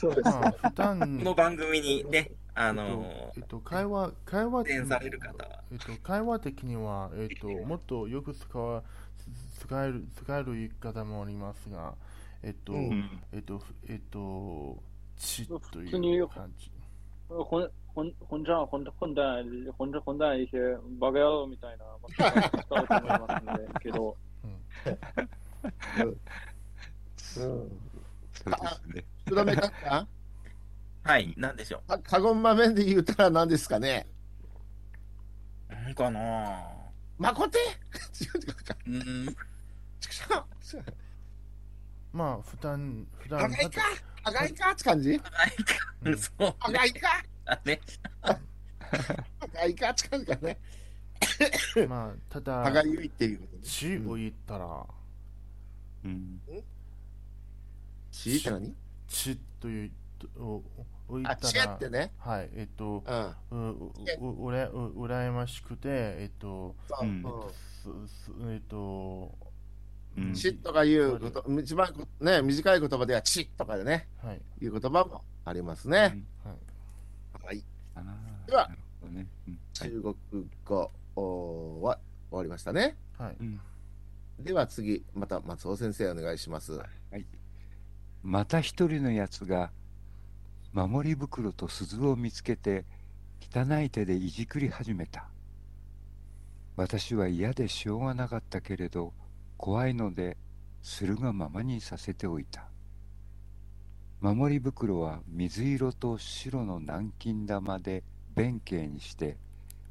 [SPEAKER 8] そう です
[SPEAKER 4] まあ、普段
[SPEAKER 6] この番組にね、あの
[SPEAKER 4] えっと、会話、会話
[SPEAKER 6] 出演される方は
[SPEAKER 4] えっと、会話的には、えっと、もっとよく使わ、使える、使える言い方もありますが、えっと、
[SPEAKER 1] う
[SPEAKER 2] うん
[SPEAKER 4] えっと、えっと、ちと
[SPEAKER 7] 普通に
[SPEAKER 4] い
[SPEAKER 7] 言
[SPEAKER 4] う
[SPEAKER 7] う
[SPEAKER 4] 感じ。
[SPEAKER 7] 混混混账、混混蛋、混混蛋一些バカ野郎みたいな、まあ、使うと思いますんで、けど、
[SPEAKER 1] うん。
[SPEAKER 2] そうですね。
[SPEAKER 1] 福留閣下
[SPEAKER 6] はい、なんでしょ
[SPEAKER 1] あカゴンマ面で言うたら何ですかね。
[SPEAKER 6] う。なんかなぁ。
[SPEAKER 1] まこて違う違うか。
[SPEAKER 6] うん、
[SPEAKER 1] ちくしょう。
[SPEAKER 4] まあ、普段、普
[SPEAKER 1] あ
[SPEAKER 4] 段、
[SPEAKER 1] がいかあがいかって感じ
[SPEAKER 4] うん
[SPEAKER 6] そう
[SPEAKER 1] あがいか
[SPEAKER 6] だね。
[SPEAKER 1] あがいかって感じかね。
[SPEAKER 4] まあ、た
[SPEAKER 1] あが
[SPEAKER 4] だ、
[SPEAKER 1] ゆいっていうことね。
[SPEAKER 4] ちを言ったら、
[SPEAKER 2] うん、
[SPEAKER 1] ちって何
[SPEAKER 4] ちという、を、を言
[SPEAKER 1] あ、
[SPEAKER 4] っ
[SPEAKER 1] ち
[SPEAKER 4] たら
[SPEAKER 1] って、ね。
[SPEAKER 4] はい、えっと、
[SPEAKER 1] うん。
[SPEAKER 4] う、う、う、うら、う、羨ましくて、えっと、
[SPEAKER 1] そう
[SPEAKER 2] うん
[SPEAKER 4] すすえっと、
[SPEAKER 2] うん
[SPEAKER 1] ちとかいうこと、一番ね、短い言葉ではちとかでね、
[SPEAKER 4] はい。
[SPEAKER 1] いう言葉もありますね。
[SPEAKER 4] はい
[SPEAKER 1] はい。
[SPEAKER 2] あー
[SPEAKER 1] では
[SPEAKER 2] なるほどね。うんはい
[SPEAKER 1] 中国語おーは終わりましたね。
[SPEAKER 4] はい。
[SPEAKER 2] うん
[SPEAKER 1] では次、また松尾先生お願いします。
[SPEAKER 2] また一人のやつが守り袋と鈴を見つけて汚い手でいじくり始めた私は嫌でしょうがなかったけれど怖いのでするがままにさせておいた守り袋は水色と白の南京玉で弁慶にして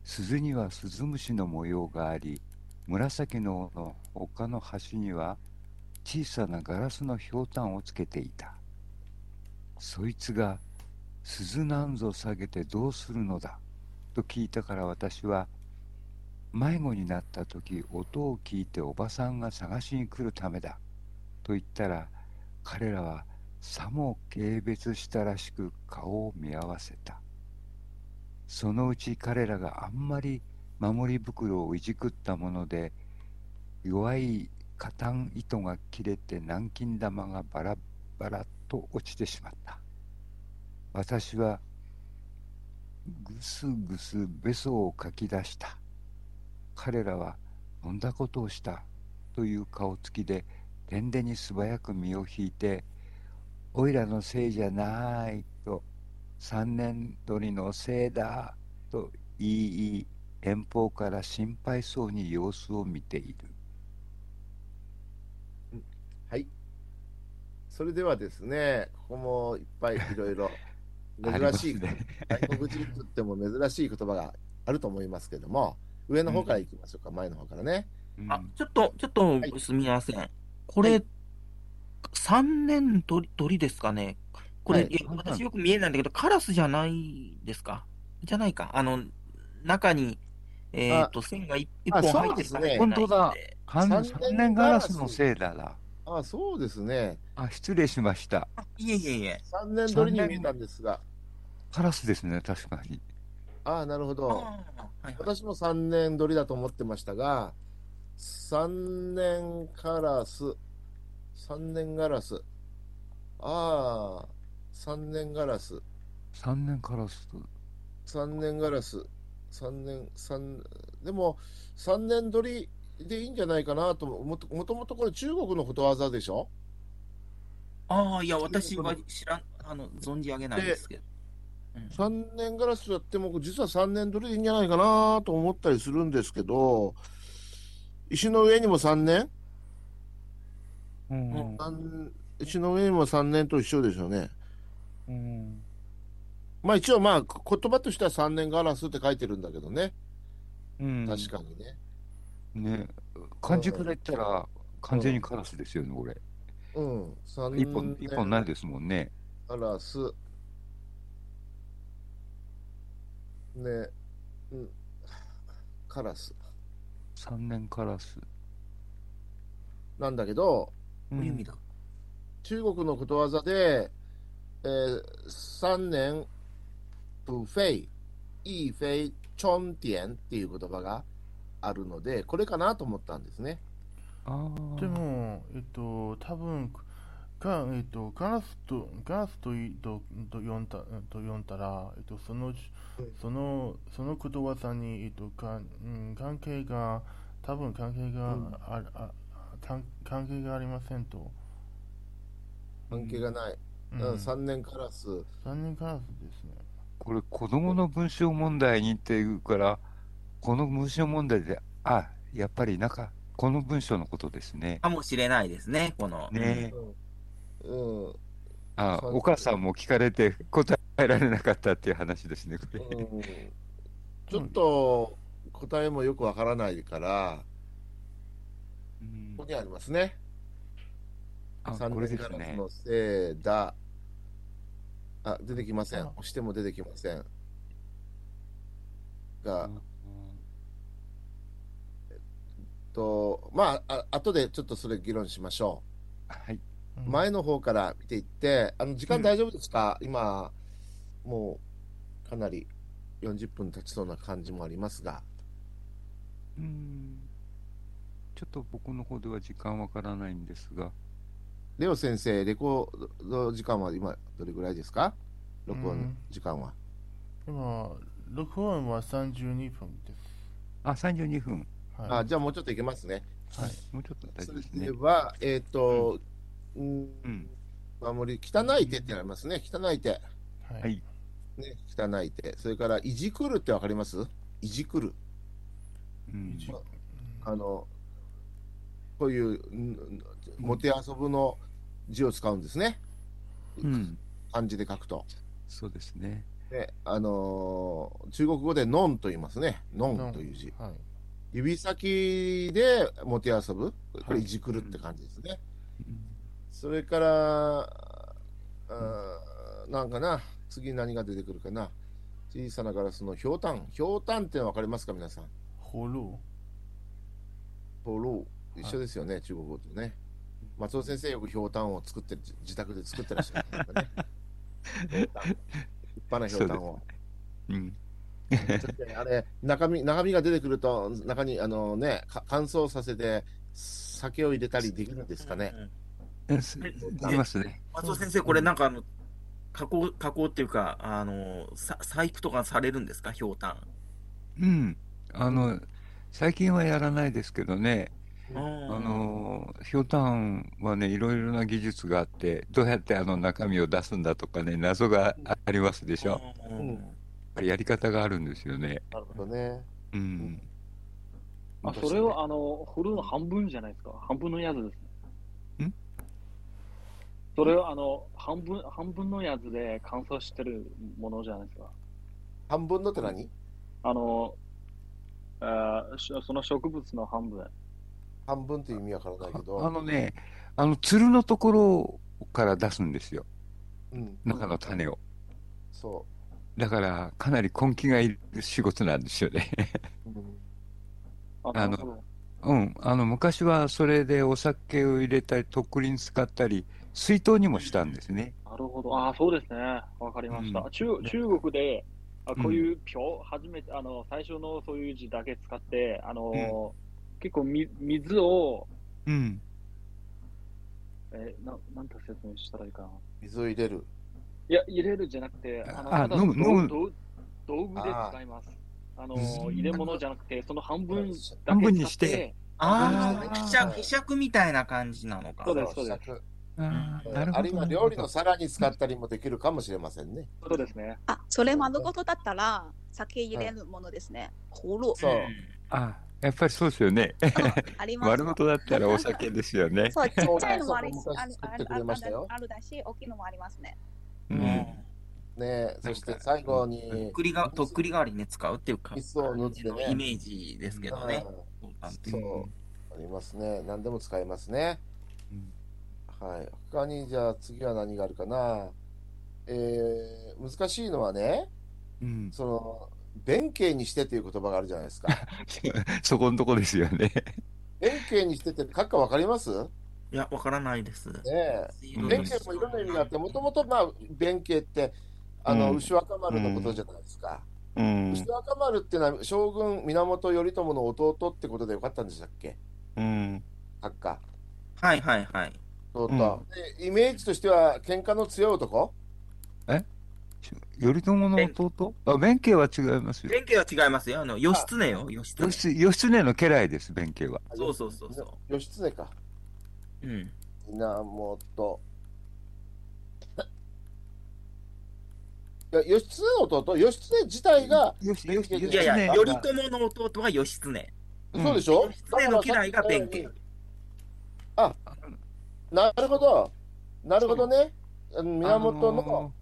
[SPEAKER 2] 鈴には鈴虫の模様があり紫の尾の丘の端には小さなガラスのひょうたんをつけていた。そいつが、鈴なんぞ下げてどうするのだと聞いたから私は、迷子になった時音を聞いておばさんが探しに来るためだと言ったら、彼らはさも軽蔑したらしく顔を見合わせた。そのうち彼らがあんまり守り袋をいじくったもので、弱いカタン糸が切れて南京玉がバラバラと落ちてしまった。私はぐすぐすべそをかき出した。彼らは飲んだことをしたという顔つきででんでに素早く身を引いて、おいらのせいじゃないと三年鳥のせいだと言い言い遠方から心配そうに様子を見ている。
[SPEAKER 1] はい。それではですね、ここもいっぱいいろいろ
[SPEAKER 2] ありま
[SPEAKER 1] 珍
[SPEAKER 2] す
[SPEAKER 1] しい、
[SPEAKER 2] ね。
[SPEAKER 1] 外国人にとっても珍しい言葉があると思いますけども、上の方からいきましょうか、前の方からね。
[SPEAKER 2] うん
[SPEAKER 6] あ、ちょっと、ちょっと、すみません。これ、三年鳥、鳥ですかね。これ、
[SPEAKER 1] はい
[SPEAKER 6] いや私よく見えないんだけど、カラスじゃないですかじゃないか。あの、中に、えーっと、線が一一本
[SPEAKER 1] あ
[SPEAKER 6] 入
[SPEAKER 1] そう
[SPEAKER 6] って
[SPEAKER 1] で
[SPEAKER 6] る
[SPEAKER 1] す
[SPEAKER 6] か
[SPEAKER 1] ね
[SPEAKER 6] 入ってない
[SPEAKER 2] 本当だ
[SPEAKER 6] かで。
[SPEAKER 2] 完
[SPEAKER 1] 三
[SPEAKER 2] 三
[SPEAKER 1] 年
[SPEAKER 2] 年
[SPEAKER 1] ガ
[SPEAKER 2] ガ
[SPEAKER 1] ラ
[SPEAKER 2] ラ
[SPEAKER 1] ス
[SPEAKER 2] スのせいだな。
[SPEAKER 1] あそうですね。
[SPEAKER 2] あ、失礼しました。
[SPEAKER 6] いえいえいえ。
[SPEAKER 1] 3年ぶりに見えたんですが、
[SPEAKER 2] カラスですね、確かに。
[SPEAKER 1] ああ、なるほ
[SPEAKER 6] あー
[SPEAKER 1] ど。
[SPEAKER 6] はいはい
[SPEAKER 1] 私も3年ぶりだと思ってましたが、3年カラス、3年ガラス、ああ、3年ガラス、
[SPEAKER 2] 三年カラスと。
[SPEAKER 1] 3年ガラス、3年、三でも3年撮りでいいんじゃないかなともと、もともとこれ中国のことわざでしょ
[SPEAKER 6] ああ、いや、私は知らん、あの、存じ上げないですけど。うん
[SPEAKER 1] ?3 年ガラスやっても、実は3年撮りでいいんじゃないかなと思ったりするんですけど、石の上にも3年
[SPEAKER 4] うん
[SPEAKER 1] 三石の上にも3年と一緒ですよね。
[SPEAKER 4] うん
[SPEAKER 1] まあ一応まあ言葉としては3年ガラスって書いてるんだけどね、
[SPEAKER 2] うん
[SPEAKER 1] 確かにね。
[SPEAKER 2] ね、漢字から言ったら完全にカラスですよね、これ。
[SPEAKER 1] うん、3
[SPEAKER 2] 一本、一本ないですもんね。
[SPEAKER 1] ガラス。ね、うん、カラス。
[SPEAKER 2] 三年カラス。
[SPEAKER 1] なんだけど、
[SPEAKER 6] どういう意味だ
[SPEAKER 1] 中国のことわざで、えー、3年、不费、一费、チョンティエンっていう言葉があるので、これかなと思ったんですね。
[SPEAKER 2] ああ。
[SPEAKER 4] で、も、えっと、多分か、えっと、ガラスと、ガラスといと、と読んだ、と読んだら、えっと、そのうち、その、そのことわざに、えっと、か、うん、関係が、多分関係が、
[SPEAKER 1] うん
[SPEAKER 4] あ、あ、関関係がありませんと。
[SPEAKER 1] 関係がない。
[SPEAKER 4] う、
[SPEAKER 1] うんん、
[SPEAKER 4] 3
[SPEAKER 1] 3年カラス。
[SPEAKER 4] 年ガラスですね。
[SPEAKER 2] これ子供の文章問題にっていうから、この文章問題で、あ、やっぱりなんか、この文章のことですね。
[SPEAKER 6] かもしれないですね、この。
[SPEAKER 2] ね
[SPEAKER 1] うん、うん
[SPEAKER 2] あ、
[SPEAKER 1] そう
[SPEAKER 2] お母さんも聞かれて答えられなかったっていう話ですね、これ。
[SPEAKER 1] うんちょっと答えもよくわからないから、
[SPEAKER 2] うん
[SPEAKER 1] ここにありますね。
[SPEAKER 2] あ、
[SPEAKER 1] 三
[SPEAKER 2] これ
[SPEAKER 1] 年
[SPEAKER 2] で
[SPEAKER 1] ガ
[SPEAKER 2] す
[SPEAKER 1] ラス
[SPEAKER 2] ね。
[SPEAKER 1] のせいだ。あ、出てきません。
[SPEAKER 4] あ
[SPEAKER 1] 押しても出てきません。が、と、まあ、あ後でちょっとそれ議論しましょ
[SPEAKER 2] はい。
[SPEAKER 1] う。
[SPEAKER 4] うん
[SPEAKER 1] 前の方から見ていって、あの、時間大丈夫ですか今、もう、かなり40分経ちそうな感じもありますが。
[SPEAKER 2] うん。ちょっと僕の方では時間わからないんですが、
[SPEAKER 1] レオ先生、レコード時間は今、どれぐらいですか録
[SPEAKER 4] う
[SPEAKER 1] 音
[SPEAKER 4] ん
[SPEAKER 1] 時間は。
[SPEAKER 4] 今、録音は32分です。
[SPEAKER 2] あ、32分。
[SPEAKER 4] はい。
[SPEAKER 1] あ、じゃあもうちょっといけますね。
[SPEAKER 4] はい。
[SPEAKER 2] もうちょっと大
[SPEAKER 1] そ
[SPEAKER 2] 丈夫
[SPEAKER 1] れ
[SPEAKER 2] ですね
[SPEAKER 1] で。は、えっ、と、うん、
[SPEAKER 2] うん。
[SPEAKER 1] 守り、汚い手ってありますね。汚い手。
[SPEAKER 4] はい。
[SPEAKER 2] はい
[SPEAKER 1] ね、汚い手。それから、いじくるってわかりますいじくる。
[SPEAKER 2] うん。
[SPEAKER 4] 一
[SPEAKER 1] あの、こういう、んもてあそぶの字を使うんですね。
[SPEAKER 2] うん。
[SPEAKER 1] 漢字で書くと。
[SPEAKER 2] そうですね。
[SPEAKER 1] ね、あのー中国語で、のんと言いますね。のんという字。
[SPEAKER 4] はい。
[SPEAKER 1] 指先でもてあそぶ。こ
[SPEAKER 4] は
[SPEAKER 1] れ、
[SPEAKER 4] い
[SPEAKER 1] いじくるって感じですね。
[SPEAKER 2] うん
[SPEAKER 1] それから、あーなんかな、次何が出てくるかな。小さなガラスのひょうたん。ひょうたんっての分かりますか、皆さん。
[SPEAKER 4] ホロ
[SPEAKER 1] ほろう一緒ですよね、中国語とね。松尾先生よくひょうたんを作ってる、自自宅で作ってらっしゃるんですよね。ひょうたん立派なひょうたんを。
[SPEAKER 2] うん。
[SPEAKER 1] ちょっとねあれ、中身、中身が出てくると、中に、あのね、か乾燥させて、酒を入れたりできるんですかね
[SPEAKER 6] う。ん。うん
[SPEAKER 2] えすで
[SPEAKER 6] え
[SPEAKER 2] きますね。
[SPEAKER 6] 松尾先生、これなんかあの、加工、加工っていうか、あの、さ細工とかされるんですか、ひょうたん。
[SPEAKER 2] うん。あの、最近はやらないですけどね、
[SPEAKER 1] うん
[SPEAKER 2] あ
[SPEAKER 6] あ、
[SPEAKER 2] の、ひょうたんはね、いろいろな技術があって、どうやってあの中身を出すんだとかね、謎がありますでしょ。やっ
[SPEAKER 6] うん
[SPEAKER 2] ぱりやり方があるんですよね。
[SPEAKER 1] なるほどね。
[SPEAKER 2] うん。
[SPEAKER 7] あそれはあの、振るの半分じゃないですか。半分のやつですね。
[SPEAKER 2] ん
[SPEAKER 7] それはあの、半分、半分のやつで乾燥してるものじゃないですか。
[SPEAKER 1] 半分のって何
[SPEAKER 7] あの、あーしその植物の半分。
[SPEAKER 1] 半分という意味わからないけど。
[SPEAKER 2] あのね、あの、つるのところから出すんですよ。
[SPEAKER 1] うん、
[SPEAKER 2] 中の種を。
[SPEAKER 1] そ
[SPEAKER 2] だから、かなり根気がいる仕事なんですよね。
[SPEAKER 1] う、うん
[SPEAKER 7] あ
[SPEAKER 2] あの
[SPEAKER 7] なるほど
[SPEAKER 2] うん、あの昔はそれでお酒を入れたり、とっくりに使ったり、水筒にもしたんですね。
[SPEAKER 7] なるほど。ああ、そうですね。わかりました。
[SPEAKER 2] う
[SPEAKER 7] 中中国で、あこういう票、初めて、あの、最初のそういう字だけ使って、あのー、結構み、水を、
[SPEAKER 2] うん、
[SPEAKER 7] えー、ななんて説明したらいいかな。
[SPEAKER 1] 水を入れる。
[SPEAKER 7] いや、入れるじゃなくて、あの、た
[SPEAKER 2] あ
[SPEAKER 7] だ
[SPEAKER 2] 飲む
[SPEAKER 7] 道
[SPEAKER 2] 飲む
[SPEAKER 7] 道道具で使います。あの
[SPEAKER 2] う
[SPEAKER 7] ー、
[SPEAKER 2] ん
[SPEAKER 7] 入れ物じゃなくて、その半分だけ使って
[SPEAKER 2] 半分にして。
[SPEAKER 6] あ
[SPEAKER 1] あ
[SPEAKER 6] あ、
[SPEAKER 1] ー
[SPEAKER 6] ひしゃ、ひしゃくみたいな感じなのか。
[SPEAKER 7] そうですそうです
[SPEAKER 1] す。
[SPEAKER 2] あーなるほ
[SPEAKER 1] あ
[SPEAKER 2] ど
[SPEAKER 1] るいは
[SPEAKER 2] なる
[SPEAKER 1] 料
[SPEAKER 2] ほ
[SPEAKER 1] 理の
[SPEAKER 2] ど。
[SPEAKER 1] 皿に使ったりもできるかもしれませんね。
[SPEAKER 7] そうですね。
[SPEAKER 3] あ、それ丸ごとだったら、酒入れるものですね。ほろ。
[SPEAKER 1] そう。
[SPEAKER 2] あやっぱりそうですよね。
[SPEAKER 3] あり ます。
[SPEAKER 2] 丸ごとだったらお酒ですよね。
[SPEAKER 3] そう、ちっちゃいのもあり
[SPEAKER 1] そう
[SPEAKER 3] ある
[SPEAKER 1] 作
[SPEAKER 3] あ
[SPEAKER 1] って
[SPEAKER 3] る
[SPEAKER 1] くれましたよ
[SPEAKER 3] あるだし、大きいのもありますね。
[SPEAKER 2] う
[SPEAKER 6] うん
[SPEAKER 2] ん、
[SPEAKER 1] ねそして最後に
[SPEAKER 6] とっ、くりが、とっくり代わりにね使うっていうか、
[SPEAKER 1] 椅子を塗ってね
[SPEAKER 6] イメージですけどね。そうなんです
[SPEAKER 1] そうありますね。何でも使えますね。はい。他に、じゃあ次は何があるかな。えー、難しいのはね、
[SPEAKER 2] うん、
[SPEAKER 1] その、弁慶にしてという言葉があるじゃない ですか。
[SPEAKER 2] そこのとこですよね。
[SPEAKER 1] 弁慶にしてって書くかわかりますね
[SPEAKER 6] いや、わからないです。
[SPEAKER 1] え。
[SPEAKER 2] うん
[SPEAKER 1] 弁慶もいろんな意味があって、もともとまあ、弁慶って、あの、
[SPEAKER 2] うん
[SPEAKER 1] 牛若丸のことじゃないですか。
[SPEAKER 2] うん
[SPEAKER 1] 牛若丸ってのは将軍源頼朝の弟ってことでよかったんでしたっけ
[SPEAKER 2] うん
[SPEAKER 1] 作家。
[SPEAKER 6] はいはいはい。
[SPEAKER 1] そうか、でイメージとしては喧嘩の強い男
[SPEAKER 2] 頼朝の弟あ弁慶は違いますよ。
[SPEAKER 6] 弁慶は違いますよ。あの、義経よ、義経。
[SPEAKER 2] 義義経の家来です、弁慶は。
[SPEAKER 6] そうそうそうそ
[SPEAKER 1] 義経か
[SPEAKER 6] う。うん。
[SPEAKER 1] 源いや義経の弟義経自体が、
[SPEAKER 2] 義
[SPEAKER 1] 弁慶
[SPEAKER 2] 義
[SPEAKER 6] いやいや、
[SPEAKER 1] よ
[SPEAKER 6] 頼
[SPEAKER 1] り
[SPEAKER 6] 朝の弟は義経。
[SPEAKER 2] うん
[SPEAKER 1] そうでしょ
[SPEAKER 6] 義経の家来が弁慶。
[SPEAKER 1] なるほどなるほどねあの源
[SPEAKER 2] あの
[SPEAKER 1] の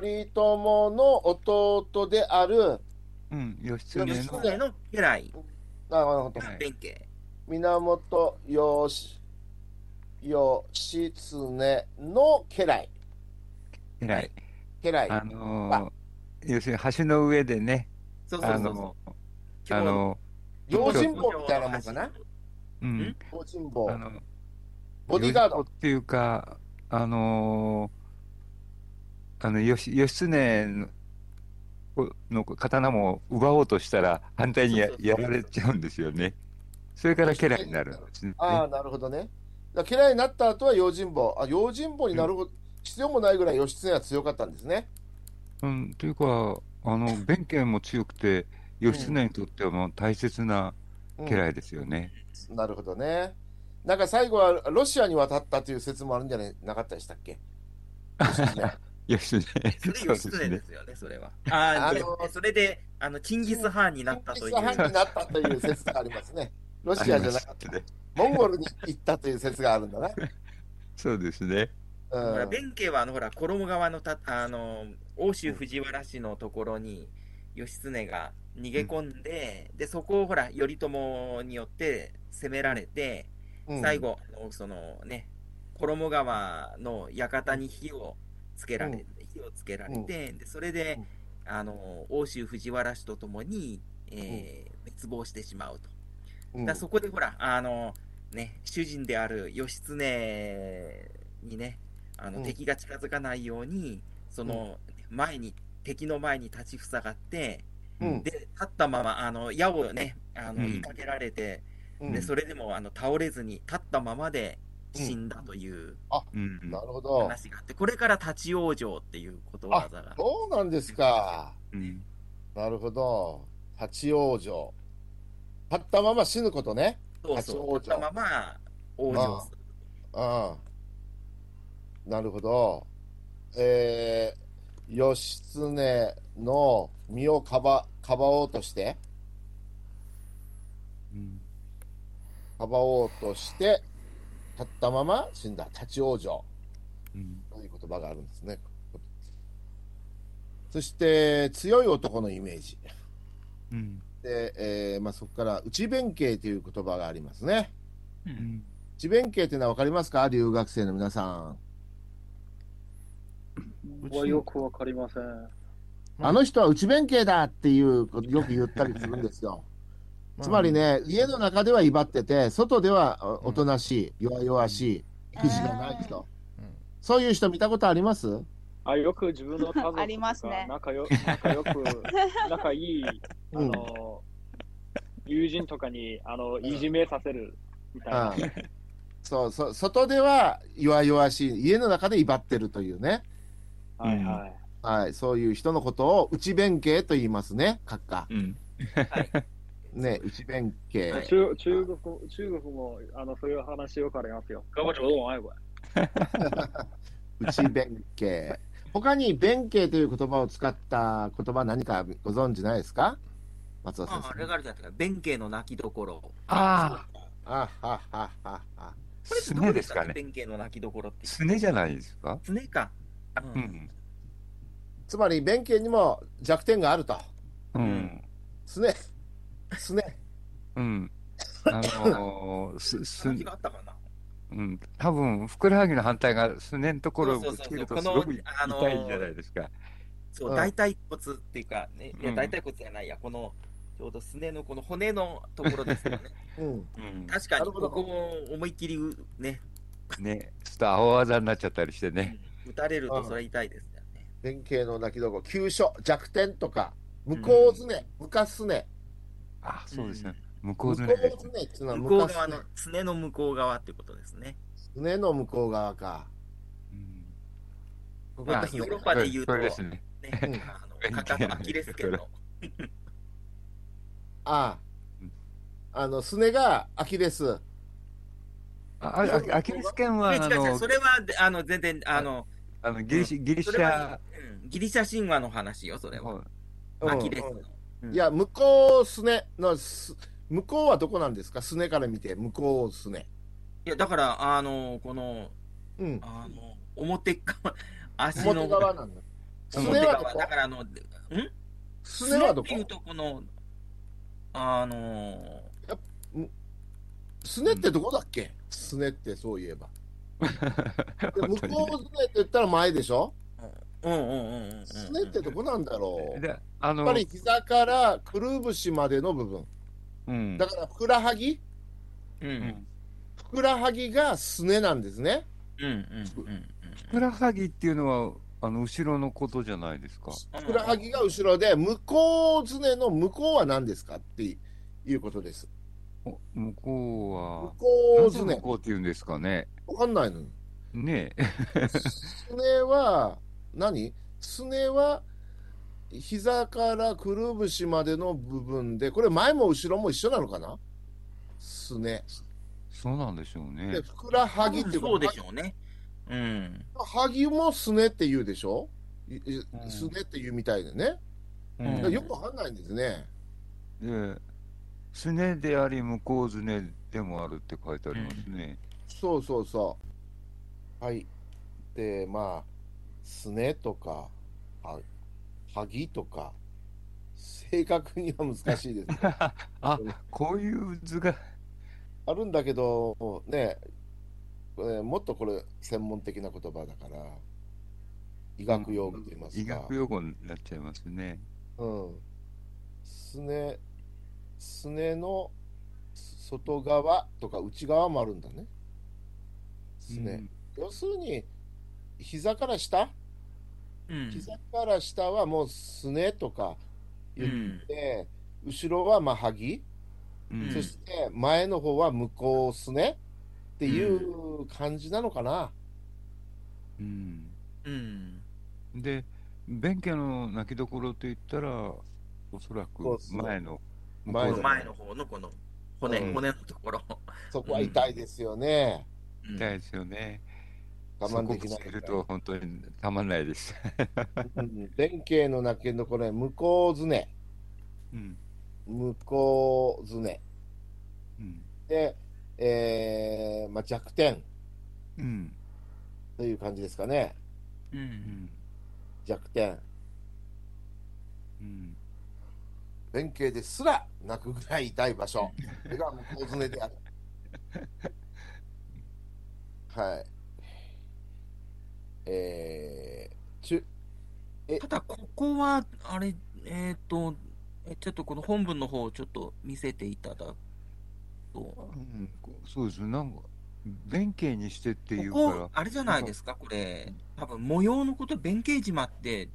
[SPEAKER 1] 頼朝の弟である
[SPEAKER 2] ーうん、義経
[SPEAKER 6] 義
[SPEAKER 2] の
[SPEAKER 6] 経の家来
[SPEAKER 1] あなるほど
[SPEAKER 6] が弁慶。
[SPEAKER 1] 源義義経の家来
[SPEAKER 2] 家来。
[SPEAKER 1] 家来
[SPEAKER 2] あのー要するに橋の上でね、
[SPEAKER 6] そうそう
[SPEAKER 2] あ
[SPEAKER 6] そう
[SPEAKER 2] の
[SPEAKER 6] そ
[SPEAKER 2] ー、
[SPEAKER 6] う。
[SPEAKER 2] あの
[SPEAKER 1] 用心棒みたいなもんかな
[SPEAKER 2] ー、うん、
[SPEAKER 1] 用心棒
[SPEAKER 2] あの、
[SPEAKER 1] ボディーガード
[SPEAKER 2] っていうか、あのー、あの、よし義経のの刀も奪おうとしたら反対にや
[SPEAKER 6] そうそうそう
[SPEAKER 2] やられちゃうんですよね。それから家来になるんですね。
[SPEAKER 1] ああ、なるほどね。だから家来になった後は用心棒。あ、用心棒になるほど、必要もないぐらい義経は強かったんですね。
[SPEAKER 2] うん、というか、あの、弁慶も強くて、義経にとってはもう大切な
[SPEAKER 1] うん
[SPEAKER 2] 家来ですよね。
[SPEAKER 1] なるほどね。なんか最後はロシアに渡ったという説もあるんじゃないなかったでしたっ け義経
[SPEAKER 2] 義経、
[SPEAKER 6] それ
[SPEAKER 2] そう
[SPEAKER 6] 義
[SPEAKER 2] です
[SPEAKER 6] 経
[SPEAKER 2] ね
[SPEAKER 6] で。すよね、それは。あ
[SPEAKER 1] あ
[SPEAKER 6] あ、
[SPEAKER 1] の
[SPEAKER 6] でそれで、あの、チンギス・ハーンになったという。
[SPEAKER 1] チンギスハンになったという説があります ね。ロシアじゃなかった
[SPEAKER 2] あ。りまし
[SPEAKER 1] モンゴルに行ったという説があるんだな。
[SPEAKER 2] そうですね。
[SPEAKER 6] ほら
[SPEAKER 1] うん、
[SPEAKER 6] 弁慶はあのほら衣川のたあの奥州藤原氏のところに義経が逃げ込んで、でそこをほら頼朝によって攻められて、
[SPEAKER 1] うん
[SPEAKER 6] 最後あのそのね衣川の館に火をつけられ、火をつけられて、でそれで、あの奥州藤原氏とともに、えー滅亡してしまうと。
[SPEAKER 1] うん
[SPEAKER 6] だからそこでほら、あの、ね、主人である義経にね、あの、
[SPEAKER 1] うん
[SPEAKER 6] 敵が近づかないように、その、前に、敵の前に立ちふさがって、
[SPEAKER 1] うん
[SPEAKER 6] で、立ったまま、あの、矢をね、あの、
[SPEAKER 2] うん
[SPEAKER 6] 追いかけられて、
[SPEAKER 1] うん
[SPEAKER 6] で、それでも、あの、倒れずに、立ったままで死んだという
[SPEAKER 2] うん。
[SPEAKER 1] なるほど。
[SPEAKER 6] 話があって、これから立ち往生っていうことわざが。
[SPEAKER 1] そうなんですか。
[SPEAKER 2] うん
[SPEAKER 1] なるほど。八王女。立ったまま死ぬことね。
[SPEAKER 6] そうそう、
[SPEAKER 1] 立ち
[SPEAKER 6] 立
[SPEAKER 1] 往生
[SPEAKER 6] ったまま、往生する。
[SPEAKER 1] ああ、なるほど。えー、義経の身をかば、かばおうとして、
[SPEAKER 2] うん
[SPEAKER 1] かばおうとして、立ったまま死んだ、立ち往生
[SPEAKER 2] うん
[SPEAKER 1] という言葉があるんですね。そして、強い男のイメージ。
[SPEAKER 2] うん
[SPEAKER 1] で、えーまあ、そこから、内弁慶という言葉がありますね。
[SPEAKER 2] うん
[SPEAKER 1] 内弁慶というのは分かりますか留学生の皆さん。
[SPEAKER 4] う
[SPEAKER 7] はよくわかりません。
[SPEAKER 1] あの人は内弁慶だっていうことよく言ったりするんですよ。つまりね、家の中では威張ってて、外ではあおとなしい、弱々しい、育児がない人。そういう人見たことあります
[SPEAKER 7] あよく自分の家
[SPEAKER 3] あり
[SPEAKER 7] 族
[SPEAKER 3] ま
[SPEAKER 7] と
[SPEAKER 3] す
[SPEAKER 7] か
[SPEAKER 3] ね
[SPEAKER 7] 仲よ仲 良く、仲いい、あの、友人とかに、あの、いじめさせるみたいな。
[SPEAKER 1] うんそうそう、外では弱々しい、家の中で威張ってるというね。
[SPEAKER 7] はいはい。
[SPEAKER 1] はい、そういう人のことを内弁慶と言いますね、閣下。
[SPEAKER 2] うん
[SPEAKER 1] ね、内弁慶。
[SPEAKER 7] 中中国中国もあのそういう話よくありますよ。頑張っておどんあいわ。
[SPEAKER 1] 内弁慶。他に弁慶という言葉を使った言葉何かご存知ないですか松尾先
[SPEAKER 6] ああ、
[SPEAKER 1] 生。
[SPEAKER 6] レガルじゃなくて、弁慶の泣きどころ。
[SPEAKER 2] あ
[SPEAKER 1] あはははは。
[SPEAKER 6] これっ
[SPEAKER 2] す
[SPEAKER 6] てど
[SPEAKER 2] ね
[SPEAKER 6] こ
[SPEAKER 2] で
[SPEAKER 6] ですす
[SPEAKER 2] か
[SPEAKER 6] か
[SPEAKER 2] ね
[SPEAKER 6] ね弁慶の泣きどころって。
[SPEAKER 2] すねじゃないですか。
[SPEAKER 6] すねか。う。
[SPEAKER 2] うんん。
[SPEAKER 1] つまり弁慶にも弱点があると。
[SPEAKER 2] うん。
[SPEAKER 1] すね。すね。
[SPEAKER 2] うん。あ のー、す、す、
[SPEAKER 6] 話があったかな。
[SPEAKER 2] うん。多分、ふくらはぎの反対がすねのところを
[SPEAKER 6] そう
[SPEAKER 2] ぶ
[SPEAKER 6] そ
[SPEAKER 2] つ
[SPEAKER 6] うそう
[SPEAKER 2] けると
[SPEAKER 6] こ
[SPEAKER 2] す
[SPEAKER 6] の
[SPEAKER 2] ごく
[SPEAKER 6] あのー
[SPEAKER 2] 痛いんじゃないですか。
[SPEAKER 6] そうう、
[SPEAKER 1] ん
[SPEAKER 6] 大腿骨っていうか、ね、いや、
[SPEAKER 2] うん
[SPEAKER 6] 大腿骨じゃないや、この、ちょうどすねのこの骨のところですよね。
[SPEAKER 1] うん。
[SPEAKER 2] うん
[SPEAKER 6] 確か
[SPEAKER 1] な
[SPEAKER 6] に、
[SPEAKER 1] るほど
[SPEAKER 6] ここを思いっきりう、ね、
[SPEAKER 2] ね、ちょっと青技になっちゃったりしてね。
[SPEAKER 6] 打たれる
[SPEAKER 1] う
[SPEAKER 6] と
[SPEAKER 1] ん
[SPEAKER 6] それは痛いですよね。
[SPEAKER 1] 弁慶の泣きどころ、急所、弱点とか、向こうすね、向かすね。
[SPEAKER 2] あ、そうですね。向
[SPEAKER 1] 向こ
[SPEAKER 2] こうず
[SPEAKER 1] う
[SPEAKER 2] ね
[SPEAKER 1] すね
[SPEAKER 2] ですね。
[SPEAKER 1] っていうのは
[SPEAKER 6] 向こ
[SPEAKER 1] 向
[SPEAKER 6] う
[SPEAKER 1] か
[SPEAKER 6] 側
[SPEAKER 1] すね
[SPEAKER 6] の、。すねの向こう側っていうことですね。
[SPEAKER 1] すねの向こう側か。
[SPEAKER 2] うん
[SPEAKER 6] まあ、ヨーロッパで言うと、
[SPEAKER 2] それ
[SPEAKER 6] ね
[SPEAKER 2] です、ね。
[SPEAKER 1] うん
[SPEAKER 6] あの、かかとアキレス 腱の。
[SPEAKER 1] あ
[SPEAKER 2] うん
[SPEAKER 1] あ。あの、すねがアキレス。
[SPEAKER 2] あ、あアキレス腱は、
[SPEAKER 6] 違
[SPEAKER 2] あ
[SPEAKER 6] う違う、
[SPEAKER 2] の
[SPEAKER 6] そ、れは、であの、全然、あの、
[SPEAKER 2] あのギリシ、ギリシ
[SPEAKER 6] それは
[SPEAKER 2] ャ、、
[SPEAKER 6] うんギリシャ神話の話よ、それは。アキレスの。
[SPEAKER 1] いや、向こうすねのす、向こうはどこなんですかすねから見て、向こうすね。
[SPEAKER 6] いや、だから、あの、この、
[SPEAKER 1] うん。
[SPEAKER 6] あの、表 側、足の
[SPEAKER 1] 表側なんだ。すね
[SPEAKER 6] 表
[SPEAKER 1] はど
[SPEAKER 6] 側、
[SPEAKER 1] こ
[SPEAKER 6] だから、あの、ん
[SPEAKER 1] すねはど
[SPEAKER 6] ってい
[SPEAKER 1] こ
[SPEAKER 6] う、
[SPEAKER 1] と
[SPEAKER 6] この、あの、
[SPEAKER 1] すねってどこだっけすねってそういえば。で向
[SPEAKER 2] 本当に
[SPEAKER 1] こうすねって言ったら前でしょ
[SPEAKER 6] うんうんうんうんうん。
[SPEAKER 1] すねってどこなんだろうや
[SPEAKER 2] であの
[SPEAKER 1] っぱり膝からくるぶしまでの部分。
[SPEAKER 2] うん
[SPEAKER 1] だからふくらはぎ
[SPEAKER 6] うんうん
[SPEAKER 1] ふくらはぎがすねなんですね。
[SPEAKER 6] うんうんうん。
[SPEAKER 2] ふくらはぎっていうのはあの後ろのことじゃないですか。
[SPEAKER 1] ふくらはぎが後ろで、向こうすねの向こうは何ですかっていうことです。
[SPEAKER 2] お向こ
[SPEAKER 1] 向
[SPEAKER 2] うは
[SPEAKER 1] こうん
[SPEAKER 2] なです
[SPEAKER 1] ね
[SPEAKER 2] 向。こうっていうんですかね。
[SPEAKER 1] わかんないのよ。
[SPEAKER 2] ね
[SPEAKER 1] すねは、何すねは、膝からくるぶしまでの部分で、これ前も後ろも一緒なのかなすね。
[SPEAKER 2] そうなんでしょうね
[SPEAKER 1] で、。ふくらはぎっていう
[SPEAKER 6] そうでし
[SPEAKER 1] ょ。
[SPEAKER 6] ょうね。うん。
[SPEAKER 1] はぎもすねって言うでしょいい
[SPEAKER 2] うん
[SPEAKER 1] すねって言うみたいでね。
[SPEAKER 2] う
[SPEAKER 1] だ
[SPEAKER 2] ん
[SPEAKER 1] からよくわかんないんですね。
[SPEAKER 2] ですねであり向こうずねでもあるって書いてありますね。
[SPEAKER 1] そうそうそう。はい。で、まあ、すねとか、は、はぎとか、正確には難し いですけど。
[SPEAKER 2] あこういう図が
[SPEAKER 1] あるんだけど、もうね、これもっとこれ、専門的な言葉だから、医学用語と言います
[SPEAKER 2] 医
[SPEAKER 1] か
[SPEAKER 2] 学、用語になっちゃいますね。
[SPEAKER 1] うん。すね、すねの外側とか内側もあるんだね。すね。要するに、膝から下、
[SPEAKER 6] うん。
[SPEAKER 1] 膝から下はもうすねとか
[SPEAKER 6] う
[SPEAKER 1] 言
[SPEAKER 6] ん
[SPEAKER 1] っ。て、後ろはまあ、はぎ。
[SPEAKER 2] うん。
[SPEAKER 1] そして前の方は向こうすねっていう感じなのかな。
[SPEAKER 2] うん
[SPEAKER 6] うん。
[SPEAKER 2] で弁慶の泣きどころと言ったらおそらく
[SPEAKER 1] そうそう
[SPEAKER 2] 前の
[SPEAKER 1] 前
[SPEAKER 2] 向こう
[SPEAKER 6] 前の方のこの骨、
[SPEAKER 1] うん
[SPEAKER 6] 骨のところ。
[SPEAKER 1] そこは痛いですよね。
[SPEAKER 6] うん
[SPEAKER 2] 痛いですよね。
[SPEAKER 1] 我慢でき
[SPEAKER 2] そ
[SPEAKER 1] な
[SPEAKER 2] こぶつけ
[SPEAKER 1] い
[SPEAKER 2] る。と本当にたまんないです。
[SPEAKER 1] うん弁慶の泣けどこれ、向こうすね、
[SPEAKER 2] うん
[SPEAKER 1] 向こうすね。
[SPEAKER 2] うん
[SPEAKER 1] で、えーまあ、弱点
[SPEAKER 2] うん
[SPEAKER 1] という感じですかね。
[SPEAKER 6] う。
[SPEAKER 2] うんん
[SPEAKER 1] 弱点。
[SPEAKER 2] うん
[SPEAKER 1] 弁慶ですら泣くぐらい痛い場所。それが向こうすねである。はい。えー、ちゅ、
[SPEAKER 6] ただ、ここは、あれ、えっ、と、えちょっとこの本文の方をちょっと見せていただくと。
[SPEAKER 2] うん、こそうですね。なんか、弁慶にしてっていうか
[SPEAKER 6] こ
[SPEAKER 2] ら
[SPEAKER 6] こ、、あれじゃないですか、これ。多分模様のこと、弁慶島って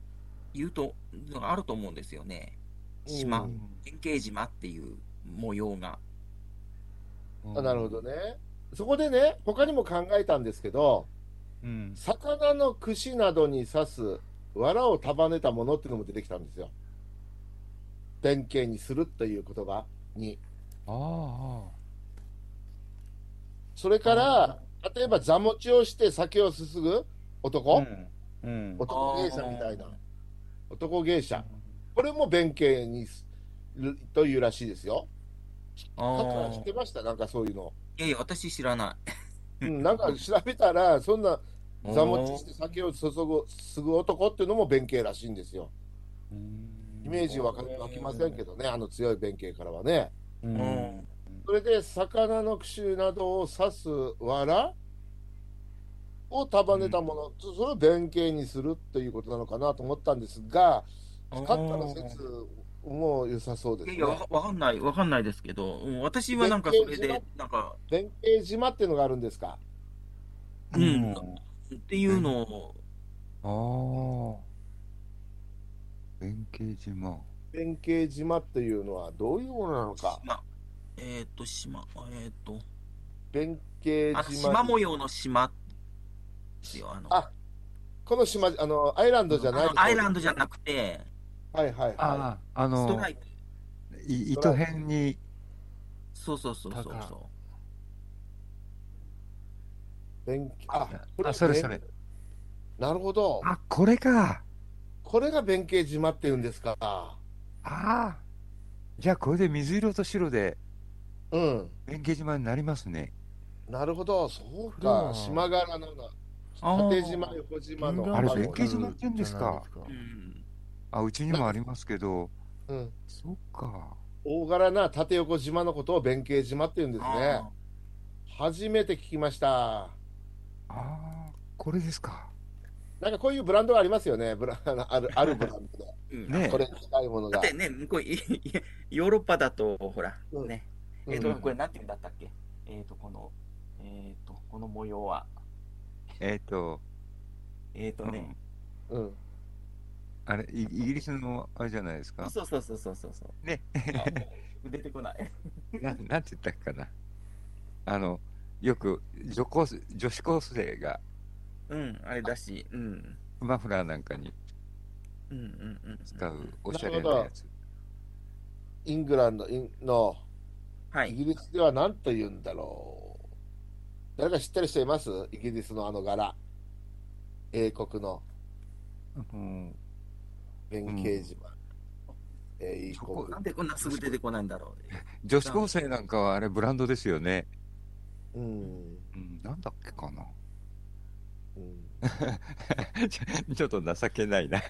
[SPEAKER 6] 言うと、のがあると思うんですよね。島
[SPEAKER 1] う
[SPEAKER 2] うんん
[SPEAKER 6] 弁慶島っていう模様が。
[SPEAKER 1] あなるほど。ね。そこでね、他にも考えたんですけど、
[SPEAKER 2] うん。
[SPEAKER 1] 魚の串などに刺す藁を束ねたものっていうのも出てきたんですよ。弁慶にするという言葉に。
[SPEAKER 2] ああ
[SPEAKER 1] それから、例えば座持ちをして酒をすすぐ
[SPEAKER 2] ああ。
[SPEAKER 1] 男、
[SPEAKER 2] うん。うん。
[SPEAKER 1] 男芸者みたいな
[SPEAKER 6] あ。
[SPEAKER 1] 男芸者。これも弁慶にするというらしいですよ。
[SPEAKER 6] あ
[SPEAKER 1] カツラ知
[SPEAKER 6] ー
[SPEAKER 1] ってましたなんかそういうの。
[SPEAKER 6] いやいや、私知らな
[SPEAKER 1] うん、なんか調べたら、そんな、
[SPEAKER 6] い。
[SPEAKER 1] 座持ちして酒を注ぐすぐ男っていうのも弁慶らしいんですよ。イメージわか湧きませんけどね、あの強い弁慶からはね。
[SPEAKER 2] う
[SPEAKER 6] うん
[SPEAKER 2] ん。
[SPEAKER 1] それで、魚の串などを刺す藁を束ねたもの、そそれを弁慶にするということなのかなと思ったんですが、
[SPEAKER 6] あー
[SPEAKER 1] 勝ったら説も良さそうです
[SPEAKER 6] い
[SPEAKER 1] ね
[SPEAKER 6] や。いや、わわかんない、わかんないですけど、うん私はなんかそれで、なんか、
[SPEAKER 1] 弁慶島っていうのがあるんですか。
[SPEAKER 6] うんっていうの
[SPEAKER 2] あ
[SPEAKER 6] を、
[SPEAKER 2] あ。弁慶島。
[SPEAKER 1] 弁慶島っていうのはどういうものなのか。
[SPEAKER 6] 島、えっ、と、島、えっ、と、
[SPEAKER 1] 弁慶
[SPEAKER 6] あの
[SPEAKER 1] 島。
[SPEAKER 6] 島模様の島ですよ、あの、
[SPEAKER 1] あこの島、あの、アイランドじゃない
[SPEAKER 6] あのアイランドじゃ
[SPEAKER 1] な
[SPEAKER 6] なくて、
[SPEAKER 1] はいはいは
[SPEAKER 2] ああ、あ
[SPEAKER 6] スト
[SPEAKER 2] の
[SPEAKER 6] ラ、イプ、
[SPEAKER 2] い糸辺に、
[SPEAKER 6] そうそうそうそう
[SPEAKER 4] パカ
[SPEAKER 6] そ
[SPEAKER 1] い。弁慶、あ、こ
[SPEAKER 2] あ、それそ
[SPEAKER 1] ね
[SPEAKER 2] れ。
[SPEAKER 1] なるほど。
[SPEAKER 2] あ、これか。
[SPEAKER 1] これが弁慶島っていうんですか。
[SPEAKER 2] ああ。じゃあ、これで水色と白で、
[SPEAKER 1] うん。
[SPEAKER 2] 弁慶島になりますね。
[SPEAKER 1] なるほど。そう
[SPEAKER 4] これ
[SPEAKER 1] か。
[SPEAKER 4] は
[SPEAKER 1] 島柄のな
[SPEAKER 6] あー
[SPEAKER 1] 縦島、横島の。
[SPEAKER 2] あれ
[SPEAKER 1] の
[SPEAKER 2] 弁慶島って言うんですか
[SPEAKER 6] う。うん。
[SPEAKER 2] あ、うちにもありますけど、
[SPEAKER 1] うん。
[SPEAKER 2] そっか。
[SPEAKER 1] 大柄な縦横島のことを弁慶島って言うんですね
[SPEAKER 6] あ。
[SPEAKER 1] 初めて聞きました。
[SPEAKER 2] ああ、これですか。
[SPEAKER 1] なんかこういうブランドがありますよね。ブラあ のあるあるブランドで。
[SPEAKER 6] ーうん
[SPEAKER 2] ねえ
[SPEAKER 1] これに近いもの
[SPEAKER 6] だ
[SPEAKER 1] が
[SPEAKER 6] っ。てね、向こう、いいヨーロッパだと、ほら、
[SPEAKER 1] うん
[SPEAKER 6] ね、
[SPEAKER 1] うん
[SPEAKER 6] えっ、と、これなんていうんだったっけえっ、と、この、えっ、と、この模様は、
[SPEAKER 2] えっと、
[SPEAKER 6] えっ、とね、
[SPEAKER 1] うん。
[SPEAKER 2] あれ、イイギリスのあれじゃないですか。
[SPEAKER 6] そうそうそうそうそうそう。
[SPEAKER 2] ね。
[SPEAKER 6] あもう出てこない。
[SPEAKER 2] ななんて言ったっけかな。あの、よく女高生女子高生が
[SPEAKER 6] うん、あれだし、うん。
[SPEAKER 2] マフラーなんかに
[SPEAKER 6] うんうんうん。
[SPEAKER 2] 使うお
[SPEAKER 1] な
[SPEAKER 2] しゃ
[SPEAKER 1] る
[SPEAKER 2] れ
[SPEAKER 1] ほど
[SPEAKER 2] なやつ。
[SPEAKER 1] イングランドインの
[SPEAKER 6] は
[SPEAKER 1] イ
[SPEAKER 6] い。
[SPEAKER 1] ギリスでは何と言うんだろう。誰か知ってる人いますイギリスのあの柄。英国の。
[SPEAKER 2] うん、
[SPEAKER 1] 弁慶島。えー、いい
[SPEAKER 2] そこ
[SPEAKER 1] 子
[SPEAKER 6] なんでこんなすぐ出てこないんだろう。
[SPEAKER 2] 女子高生なんかはあれブランドですよね。
[SPEAKER 1] うん。
[SPEAKER 2] うん、なんだっけかな。
[SPEAKER 1] うん、
[SPEAKER 2] ちょちょっと情けないな。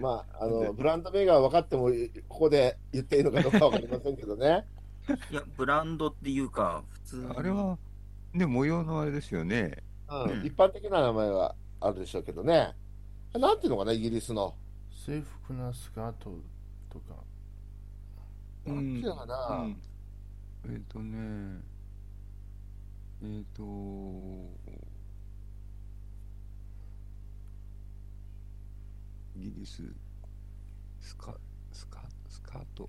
[SPEAKER 1] まあ、あの、ブランド名が分かっても、ここで 言っていいのかどうか分かりませんけどね。
[SPEAKER 6] いや、ブランドっていうか、普通に
[SPEAKER 2] あれ、は、ね、模様のあれですよね。
[SPEAKER 1] うん
[SPEAKER 6] うん
[SPEAKER 1] 一般的な名前はあるでしょうけどね。なんていうのかな、イギリスの。
[SPEAKER 4] 制服なスカートとか。
[SPEAKER 2] う
[SPEAKER 1] なんてい
[SPEAKER 2] ん
[SPEAKER 1] うのかな。
[SPEAKER 2] うんえっ、とね、えっ、とイギリス、スカ、スカ、スカート。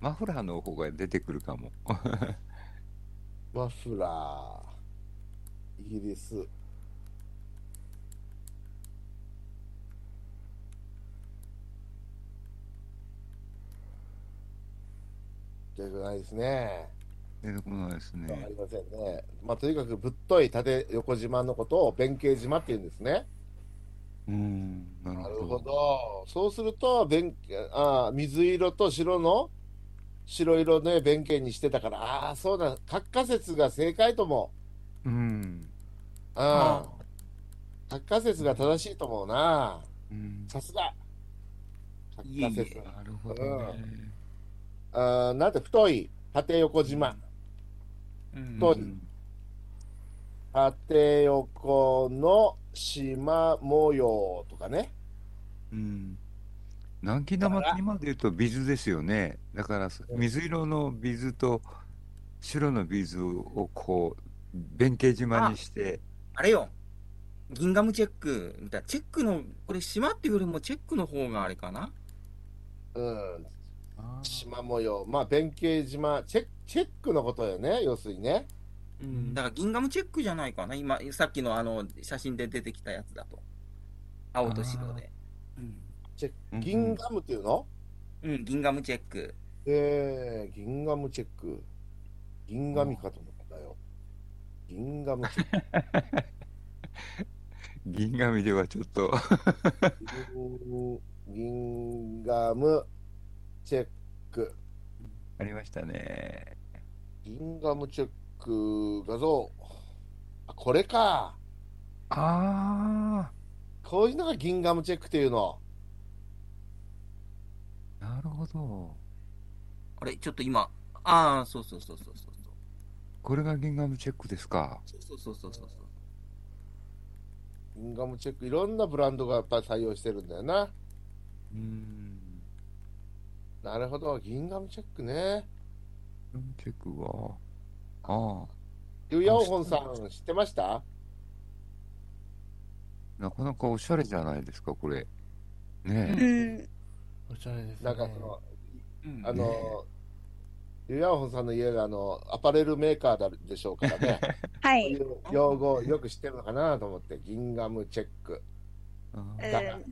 [SPEAKER 2] マフラーの方が出てくるか も。
[SPEAKER 1] マフラー。イギリス。出てこないですね。
[SPEAKER 2] 出てこないです
[SPEAKER 1] わか
[SPEAKER 2] ね
[SPEAKER 1] り。ませんね。まあ、とにかくぶっとい縦横島のことを弁慶島って言うんですね。
[SPEAKER 2] うん、なる
[SPEAKER 1] な
[SPEAKER 2] ほ
[SPEAKER 1] る
[SPEAKER 2] ど。
[SPEAKER 1] ほど。そうすると、弁あー水色と白の白色ね、弁慶にしてたから、ああー、そうだ、各仮説が正解とも。
[SPEAKER 2] うん。
[SPEAKER 1] ああ。百花説が正しいと思うな。
[SPEAKER 2] うん、
[SPEAKER 1] さすが。百
[SPEAKER 6] いえ
[SPEAKER 1] 花
[SPEAKER 6] い
[SPEAKER 1] 説
[SPEAKER 6] え。
[SPEAKER 2] なるほどね。
[SPEAKER 1] あーなんて太い縦横島。
[SPEAKER 6] うん
[SPEAKER 1] どう
[SPEAKER 2] うん
[SPEAKER 1] 縦横の島模様とかね。
[SPEAKER 2] うん。南京玉って今で言うとビーズですよね。だから水色のビーズと白のビーズをこう、弁慶島にして、
[SPEAKER 6] あれよ、ギンガムチェックみたいな、チェックの、これ、島っていうよりもチェックの方があれかな。
[SPEAKER 1] うん、
[SPEAKER 4] あー
[SPEAKER 1] 島模様、まあ、弁慶島チェック、チェックのことよね、要するにね。
[SPEAKER 6] うん、だからギンガムチェックじゃないかな、今、さっきのあの写真で出てきたやつだと。青と白で。
[SPEAKER 2] うんうん
[SPEAKER 1] 銀ガムっていうの、
[SPEAKER 6] うん、ギンガムチェック。
[SPEAKER 1] えー、銀ガムチェック。銀紙かと思ったよ。銀ガムチェック。
[SPEAKER 2] 銀紙ではちょっと
[SPEAKER 1] ギンガムチェック。
[SPEAKER 2] ありましたね。
[SPEAKER 1] ギンガムチェック画像。あ、これか。
[SPEAKER 2] あ
[SPEAKER 1] こういうのがギンガムチェックっていうの。
[SPEAKER 2] あ、なるほど。
[SPEAKER 6] あれ、ちょっと今、ああ、そうそうそうそうそう
[SPEAKER 2] これが銀紙チェックですか。
[SPEAKER 6] そう。そうそうそうそうそ
[SPEAKER 1] ギ
[SPEAKER 6] う。
[SPEAKER 1] ンガムチェック、いろんなブランドがやっぱり採用してるんだよな。
[SPEAKER 2] うん。
[SPEAKER 1] なるほど、ギンガムチェックね。
[SPEAKER 2] 銀紙チェックは、あ
[SPEAKER 1] ユヤオホンさん、知ってました
[SPEAKER 2] あ、なかなかおしゃれじゃないですか、これ。ねえ。
[SPEAKER 3] うん。
[SPEAKER 4] おしゃれですね。
[SPEAKER 1] なんかその、
[SPEAKER 6] うん
[SPEAKER 1] あ
[SPEAKER 2] ね
[SPEAKER 1] の、ユヤオホンさんの家があのアパレルメーカーだでしょうからね、そ
[SPEAKER 3] は
[SPEAKER 1] うい
[SPEAKER 3] い。
[SPEAKER 1] う用語をよく知ってるのかなと思って、ギンガムチェック、
[SPEAKER 2] あー
[SPEAKER 3] え
[SPEAKER 1] から
[SPEAKER 3] ー、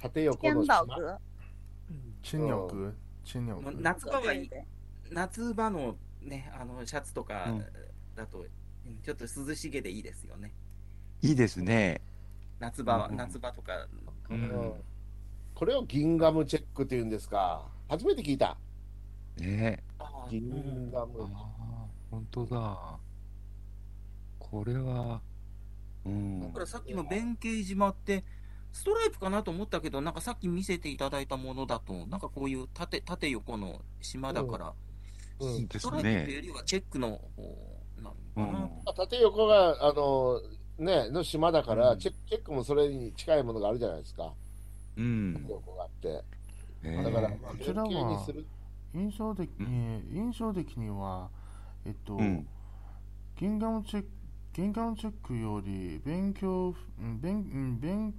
[SPEAKER 1] 縦
[SPEAKER 3] 天
[SPEAKER 1] 横の
[SPEAKER 3] 宝
[SPEAKER 1] 島、
[SPEAKER 4] 陳良区陳良
[SPEAKER 6] もう
[SPEAKER 4] 区
[SPEAKER 6] 夏場はいい夏場のね、あのシャツとかだと、うんちょっと涼しげでいいですよね。
[SPEAKER 2] いいですね。
[SPEAKER 6] 夏場は、
[SPEAKER 2] うん
[SPEAKER 6] 夏場とかの。
[SPEAKER 2] う
[SPEAKER 1] うん
[SPEAKER 2] ん。
[SPEAKER 1] これをギンガムチェックっていうんですか、初めて聞いた、
[SPEAKER 2] ねえ。
[SPEAKER 6] あ
[SPEAKER 1] ギ
[SPEAKER 6] ー
[SPEAKER 1] ンガム、
[SPEAKER 2] ああ、本当だ。これは、うん。
[SPEAKER 6] だからさっきの弁慶島って、ストライプかなと思ったけど、なんかさっき見せていただいたものだと、なんかこういう縦縦横の島だから、
[SPEAKER 1] うん
[SPEAKER 2] で
[SPEAKER 6] ス
[SPEAKER 2] す
[SPEAKER 6] トライプというよ
[SPEAKER 2] ね。
[SPEAKER 6] りはチェックの方な
[SPEAKER 2] う
[SPEAKER 6] のかな。
[SPEAKER 2] ん。
[SPEAKER 1] まあ縦横があの、ね、の島だから、
[SPEAKER 2] うん
[SPEAKER 1] チェック、チェックもそれに近いものがあるじゃないですか、
[SPEAKER 2] うん
[SPEAKER 1] 縦。横があって、
[SPEAKER 2] え
[SPEAKER 1] だ
[SPEAKER 2] え
[SPEAKER 1] から、
[SPEAKER 4] えー
[SPEAKER 1] まあ
[SPEAKER 4] こちらは
[SPEAKER 1] 連携にする
[SPEAKER 4] 印象的
[SPEAKER 2] う
[SPEAKER 4] に、印象的には、えっと、
[SPEAKER 2] うん
[SPEAKER 4] ギンガムチェック、ギンガムチェックより、勉強、うん勉、うん勉、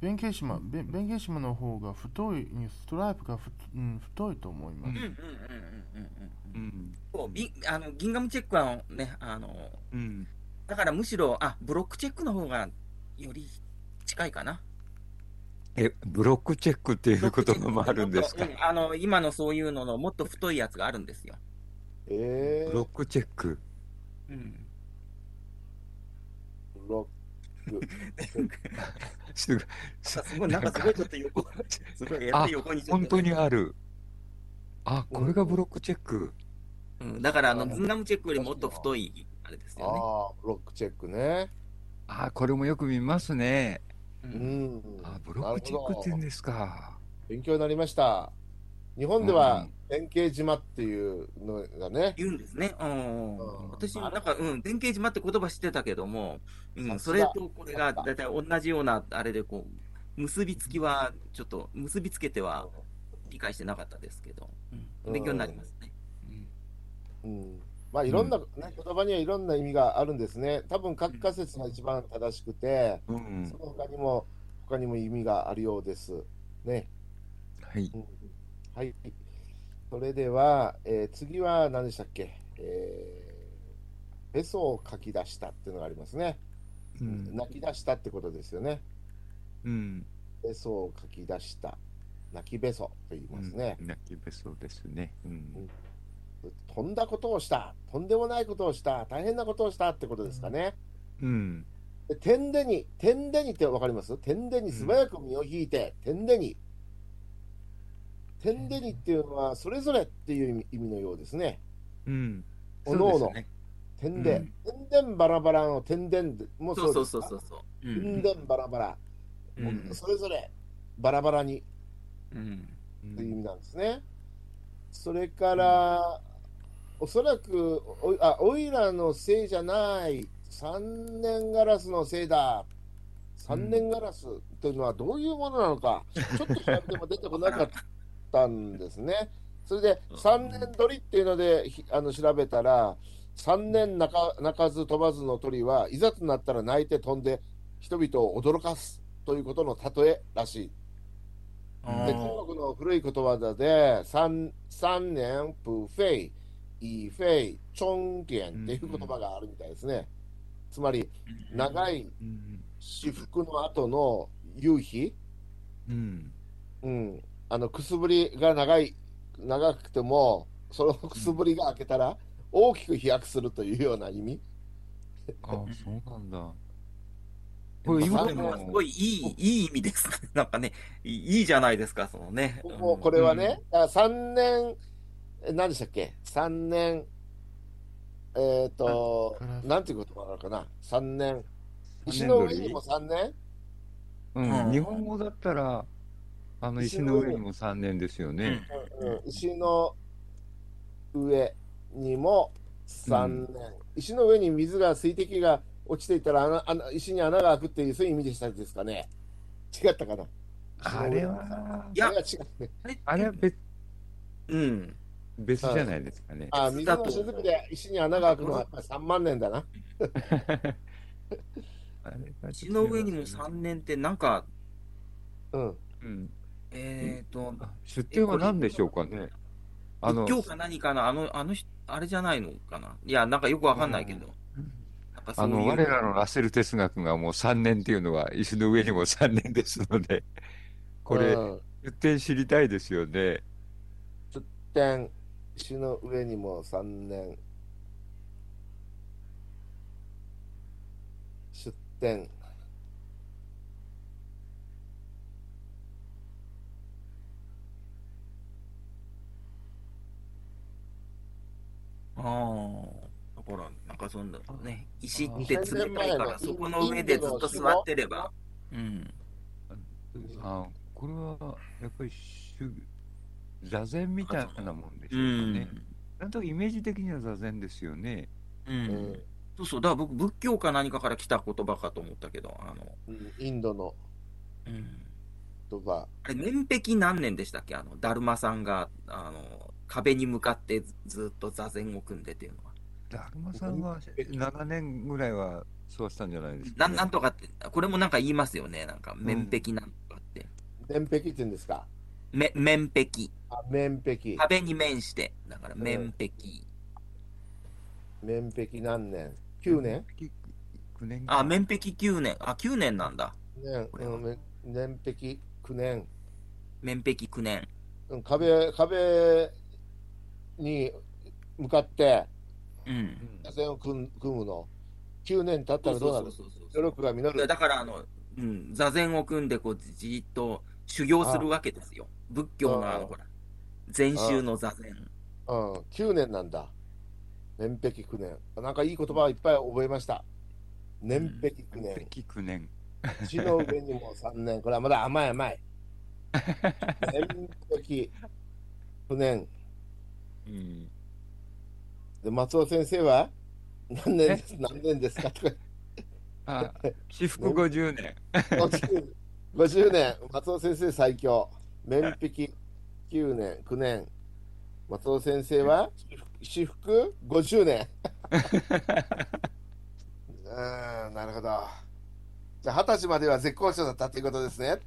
[SPEAKER 4] 弁慶島、弁弁慶島の方が太い、うんストライプがふ、うん、太いと思いま
[SPEAKER 6] うんうん
[SPEAKER 4] す。
[SPEAKER 6] うんうんうんうん
[SPEAKER 2] う
[SPEAKER 6] うん
[SPEAKER 2] ん。
[SPEAKER 6] そうビあのギンガムチェックはね、あの
[SPEAKER 2] うん。
[SPEAKER 6] だからむしろあブロックチェックの方がより近いかな。
[SPEAKER 2] え、ブロックチェックっていう言葉もあるんですか
[SPEAKER 6] うあの今のそういうののもっと太いやつがあるんですよ。
[SPEAKER 1] え
[SPEAKER 2] ブ
[SPEAKER 1] ー、
[SPEAKER 2] ロックチェック。
[SPEAKER 6] うん、
[SPEAKER 1] ブロ
[SPEAKER 2] すごい
[SPEAKER 6] すごいなんかすごいちょっと横すごいやっ
[SPEAKER 2] あ
[SPEAKER 6] ぱり横にちょっ
[SPEAKER 2] 本
[SPEAKER 6] と
[SPEAKER 2] 当にある。あ、これがブロックチェック。
[SPEAKER 6] うん、だからあのギンガムチェックよりもっと太いあれです
[SPEAKER 1] あ
[SPEAKER 6] よ
[SPEAKER 1] あー、ブロックチェックね。
[SPEAKER 2] あ、これもよく見ますね。
[SPEAKER 6] ね。
[SPEAKER 1] う
[SPEAKER 6] うん
[SPEAKER 1] ん、
[SPEAKER 2] あ、ブロックチェックって言うんですか。
[SPEAKER 1] 勉強になりました。日本で
[SPEAKER 2] う
[SPEAKER 1] は
[SPEAKER 2] ん
[SPEAKER 1] 弁慶島っていうのがね、
[SPEAKER 6] 言うんですね。うん
[SPEAKER 1] うん
[SPEAKER 6] 私もなんか、うん、弁慶島って言葉知ってたけども、う
[SPEAKER 1] さ
[SPEAKER 6] ん、
[SPEAKER 1] す
[SPEAKER 6] そ
[SPEAKER 1] が
[SPEAKER 6] れとこれがだいたい同じようなあれでこう結びつきはちょっと結びつけては理解してなかったですけど、
[SPEAKER 1] う
[SPEAKER 6] うんん、勉強になりますね。
[SPEAKER 1] うん、まあいろんな、ね言葉にはいろんな意味があるんですね。多分各仮説が一番正しくて、
[SPEAKER 2] う
[SPEAKER 1] そ
[SPEAKER 2] ん。
[SPEAKER 1] の他にも他にも意味があるようです。ね。
[SPEAKER 2] はい。
[SPEAKER 1] うんはい。それでは、えー次は何でしたっけ？えー、へそを書き出したっていうのがありますね。
[SPEAKER 2] うん。
[SPEAKER 1] 泣き出したってことですよね。
[SPEAKER 2] うん。
[SPEAKER 1] ベソを書き出した泣きべそと言いますね、
[SPEAKER 2] 泣きべそうですね。うん。
[SPEAKER 1] 飛んだことをしたとんでもないことをした大変なことをしたってことですかね、
[SPEAKER 2] うん。
[SPEAKER 1] で天でに天でにって分かります天でに素早く身を引いて、天でに天でにっていうのはそれぞれっていう意味意味のようですね
[SPEAKER 2] うん。
[SPEAKER 1] おのおの
[SPEAKER 6] そうですね
[SPEAKER 1] 天で、天でんバラバラの天でんでもう
[SPEAKER 6] そう
[SPEAKER 1] そう
[SPEAKER 6] そ
[SPEAKER 1] です
[SPEAKER 6] うそう
[SPEAKER 1] か
[SPEAKER 6] そうそう。う
[SPEAKER 1] 天
[SPEAKER 6] ん
[SPEAKER 1] でんバラバラ、
[SPEAKER 6] うん
[SPEAKER 1] それぞれバラバラに
[SPEAKER 6] うん
[SPEAKER 1] という意味なんですね。それから、おそらくおあ、おいらのせいじゃない、三年ガラスのせいだ三年ガラスというのはどういうものなのか、ちょっと調べても出てこなかったんですね。それで三年鳥っていうのでひあの調べたら、三年鳴か鳴かず飛ばずの鳥はいざとなったら泣いて飛んで人々を驚かすということの例えらしい。
[SPEAKER 6] あ
[SPEAKER 1] で
[SPEAKER 6] ー
[SPEAKER 1] 中国の古い言葉だで三三年不废已废重点っていう言葉があるみたいですね。つまり長い
[SPEAKER 2] うん
[SPEAKER 1] 私服の後の夕日、
[SPEAKER 2] うん
[SPEAKER 1] うん、あのくすぶりが長い長くてもそのくすぶりが開けたら大きく飛躍するというような意味。
[SPEAKER 2] あそうなんだこ
[SPEAKER 6] こ
[SPEAKER 2] れ
[SPEAKER 6] れ
[SPEAKER 2] 今
[SPEAKER 6] 今
[SPEAKER 2] で
[SPEAKER 6] で
[SPEAKER 2] も
[SPEAKER 6] もすごいいい、いい意味ですね。 なんかね、いいいいじゃないですか、そのね。
[SPEAKER 1] もうこれはね、だから3年、え何でしたっけ、3年、えっ、と
[SPEAKER 4] あガラ、ス
[SPEAKER 1] なんていう言葉なのかな、3年、石
[SPEAKER 2] 三年
[SPEAKER 1] の
[SPEAKER 2] 鳥
[SPEAKER 1] 上にも3年、
[SPEAKER 2] うん
[SPEAKER 6] うん
[SPEAKER 2] 日本語だったらあの石の上にも3年ですよね
[SPEAKER 1] うん石の上にも3年、石の上に水が、水滴が落ちていたら穴穴、石に穴が開くっていう、そういう意味でしたですかね。違ったかな。
[SPEAKER 2] あれはい
[SPEAKER 6] や
[SPEAKER 1] あれは違うね。
[SPEAKER 2] あれは別
[SPEAKER 6] うん。
[SPEAKER 2] 別じゃないですか ね
[SPEAKER 1] あ、水の雫で石に穴が開くのはやっぱり3万年だな。
[SPEAKER 2] あれは
[SPEAKER 6] 石の上にも3年って、なんか、
[SPEAKER 1] うん。
[SPEAKER 2] うん
[SPEAKER 6] えっと、
[SPEAKER 2] 出典は何でしょうかねあの
[SPEAKER 6] 仏教か何かの、あの、あの人、あれじゃないのかな。いや、なんかよくわかんないけど。なんかそ
[SPEAKER 2] あ
[SPEAKER 6] ういう
[SPEAKER 2] の我らのラッセル哲学がもう3年っていうのは石の上にも3年ですの でこれ
[SPEAKER 1] うん
[SPEAKER 2] 出典知りたいですよね
[SPEAKER 1] 点石の上にも3年出店
[SPEAKER 6] ああ、だから、なんかそんなね、石って冷たい
[SPEAKER 1] 2000年
[SPEAKER 6] か
[SPEAKER 1] 前の
[SPEAKER 6] ら、そこの上でずっと座ってれば。うん。
[SPEAKER 2] あこれはやっぱり主座禅みたいなもんでし
[SPEAKER 6] う
[SPEAKER 2] ょうかね
[SPEAKER 6] ん。
[SPEAKER 2] なんとなくイメージ的には座禅ですよね
[SPEAKER 6] う
[SPEAKER 1] うんん。
[SPEAKER 6] そうそう、だから僕、仏教か何かから来た言葉かと思ったけど、あの、
[SPEAKER 1] うんインドの言葉
[SPEAKER 6] あれ、年壁何年でしたっけあの、だるまさんが、あの、壁に向かってずずっと座禅を組んでっていうのは。
[SPEAKER 2] だるまさんは7年ぐらいは座ってたんじゃないです
[SPEAKER 6] な
[SPEAKER 2] か、
[SPEAKER 6] んなんとかって、これもなんか言いますよね。なんか、面壁なんとかって。
[SPEAKER 1] 面壁って言うんですか
[SPEAKER 6] め、面壁。
[SPEAKER 1] あ面壁
[SPEAKER 6] 壁に面して。だから、面壁。
[SPEAKER 1] 面壁何年 ?9 年
[SPEAKER 2] 9年
[SPEAKER 6] あ、面壁9年。あ、9年なんだ。
[SPEAKER 1] 年
[SPEAKER 6] これは
[SPEAKER 1] うん面面壁9年
[SPEAKER 6] 面壁9年。
[SPEAKER 1] うん壁壁に向かって
[SPEAKER 6] うん。
[SPEAKER 1] 打線を組む組むの9年経ったらどうなる
[SPEAKER 6] そうそうそう
[SPEAKER 1] 努力が実
[SPEAKER 6] だ
[SPEAKER 1] る
[SPEAKER 6] だからあの、うん、座禅を組んでこうじーっと修行するわけですよ。仏教のあ
[SPEAKER 1] ああ
[SPEAKER 6] のほら、禅宗の座禅。
[SPEAKER 1] うん、9年なんだ。年壁9年。なんかいい言葉いっぱい覚えました。年壁9年。
[SPEAKER 2] 年9年
[SPEAKER 1] 地の上にも3年。これはまだ甘い甘い。年壁9年。
[SPEAKER 2] うん
[SPEAKER 1] で、松尾先生は何年です何年ですかとか。
[SPEAKER 2] あ私服50年
[SPEAKER 1] 50 50年。松尾先生最強。年壁9年、9年。松尾先生は私服50年。 うーん、なるほど。じゃあ、二十歳までは絶好調だったということですね。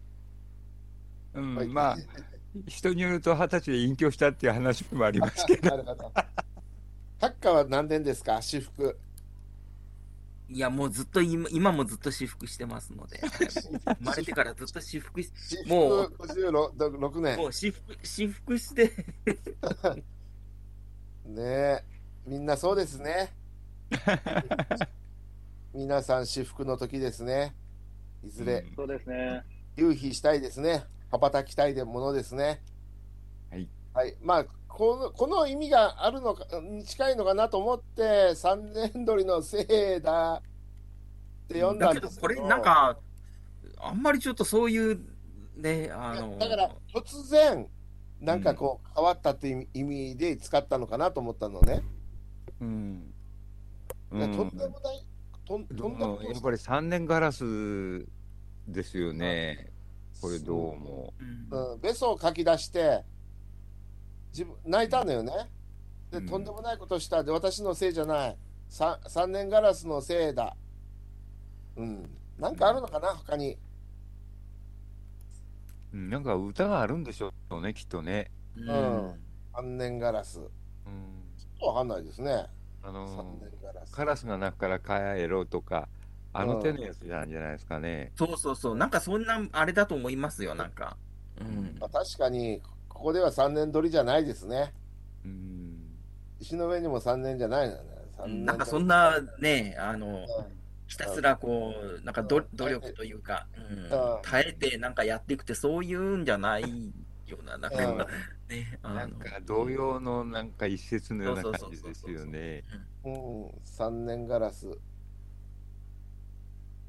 [SPEAKER 2] うん、
[SPEAKER 1] はい
[SPEAKER 2] まあ、人によると二十歳で隠居したっていう話もありますけど、
[SPEAKER 1] なるほど。閣下は何年ですか私服。
[SPEAKER 6] いや、もうずっと今、今もずっと私服してますの で、生まれてからずっと私服し、
[SPEAKER 1] 私服
[SPEAKER 6] もう
[SPEAKER 1] 56年
[SPEAKER 6] も。う私服、私服して、
[SPEAKER 1] ねえ、みんなそうです ね。皆さん、私服の時ですね。いずれ、
[SPEAKER 7] そうですね。
[SPEAKER 1] 夕日したいですね。羽ばたきたいものですね。
[SPEAKER 2] はい。
[SPEAKER 1] はい。まあ、このこの意味があるのか、に近いのかなと思って、三年鳥のせいだって読んだ
[SPEAKER 6] だ
[SPEAKER 1] ん
[SPEAKER 6] け
[SPEAKER 1] で
[SPEAKER 6] ど
[SPEAKER 1] す
[SPEAKER 6] これなんか、あんまりちょっとそういう、ね、あの、
[SPEAKER 1] だから、突然、なんかこう、変わったっていう意味で使ったのかなと思ったのね。
[SPEAKER 2] うんう
[SPEAKER 1] いやとん
[SPEAKER 2] ん
[SPEAKER 1] でもない、とん
[SPEAKER 2] ど
[SPEAKER 1] とんでも
[SPEAKER 2] う
[SPEAKER 1] ない
[SPEAKER 2] やっぱり三年ガラスですよね。これどうも。
[SPEAKER 6] うん
[SPEAKER 1] うん、ベソを書き出して、自分泣いたのよね。で、
[SPEAKER 2] うん
[SPEAKER 1] とんでもないことした。で、私のせいじゃない。さ三年ガラスのせいだ。うん。なんかあるのかな、他に。
[SPEAKER 2] うんなんか歌があるんでしょうね、きっとね。
[SPEAKER 1] ん三年ガラス。
[SPEAKER 2] うん、
[SPEAKER 1] わかんないですね。
[SPEAKER 2] あ
[SPEAKER 1] 三
[SPEAKER 2] の
[SPEAKER 1] 年ガラス。
[SPEAKER 2] カラスが中から帰ろうとか、あの手のやつなんじゃないですかね。
[SPEAKER 6] そうそうそう、なんかそんなあれだと思いますよ、なんか。うん
[SPEAKER 1] まあ、確かに、ここでは三年取りじゃないですね。
[SPEAKER 2] うん、
[SPEAKER 1] 石の上にも三年じゃないのね。三年
[SPEAKER 6] なんかそんなね、あの、ひたすらこう、なんかど
[SPEAKER 1] うん
[SPEAKER 6] 努力というか、うん
[SPEAKER 1] うん
[SPEAKER 6] 耐えてなんかやっていくって、そういうんじゃないような、なんか、
[SPEAKER 1] うん
[SPEAKER 6] ね、あの
[SPEAKER 2] なんか同様のなんか一節のような感じですよね。
[SPEAKER 1] うん、三年ガラス。そうそうそう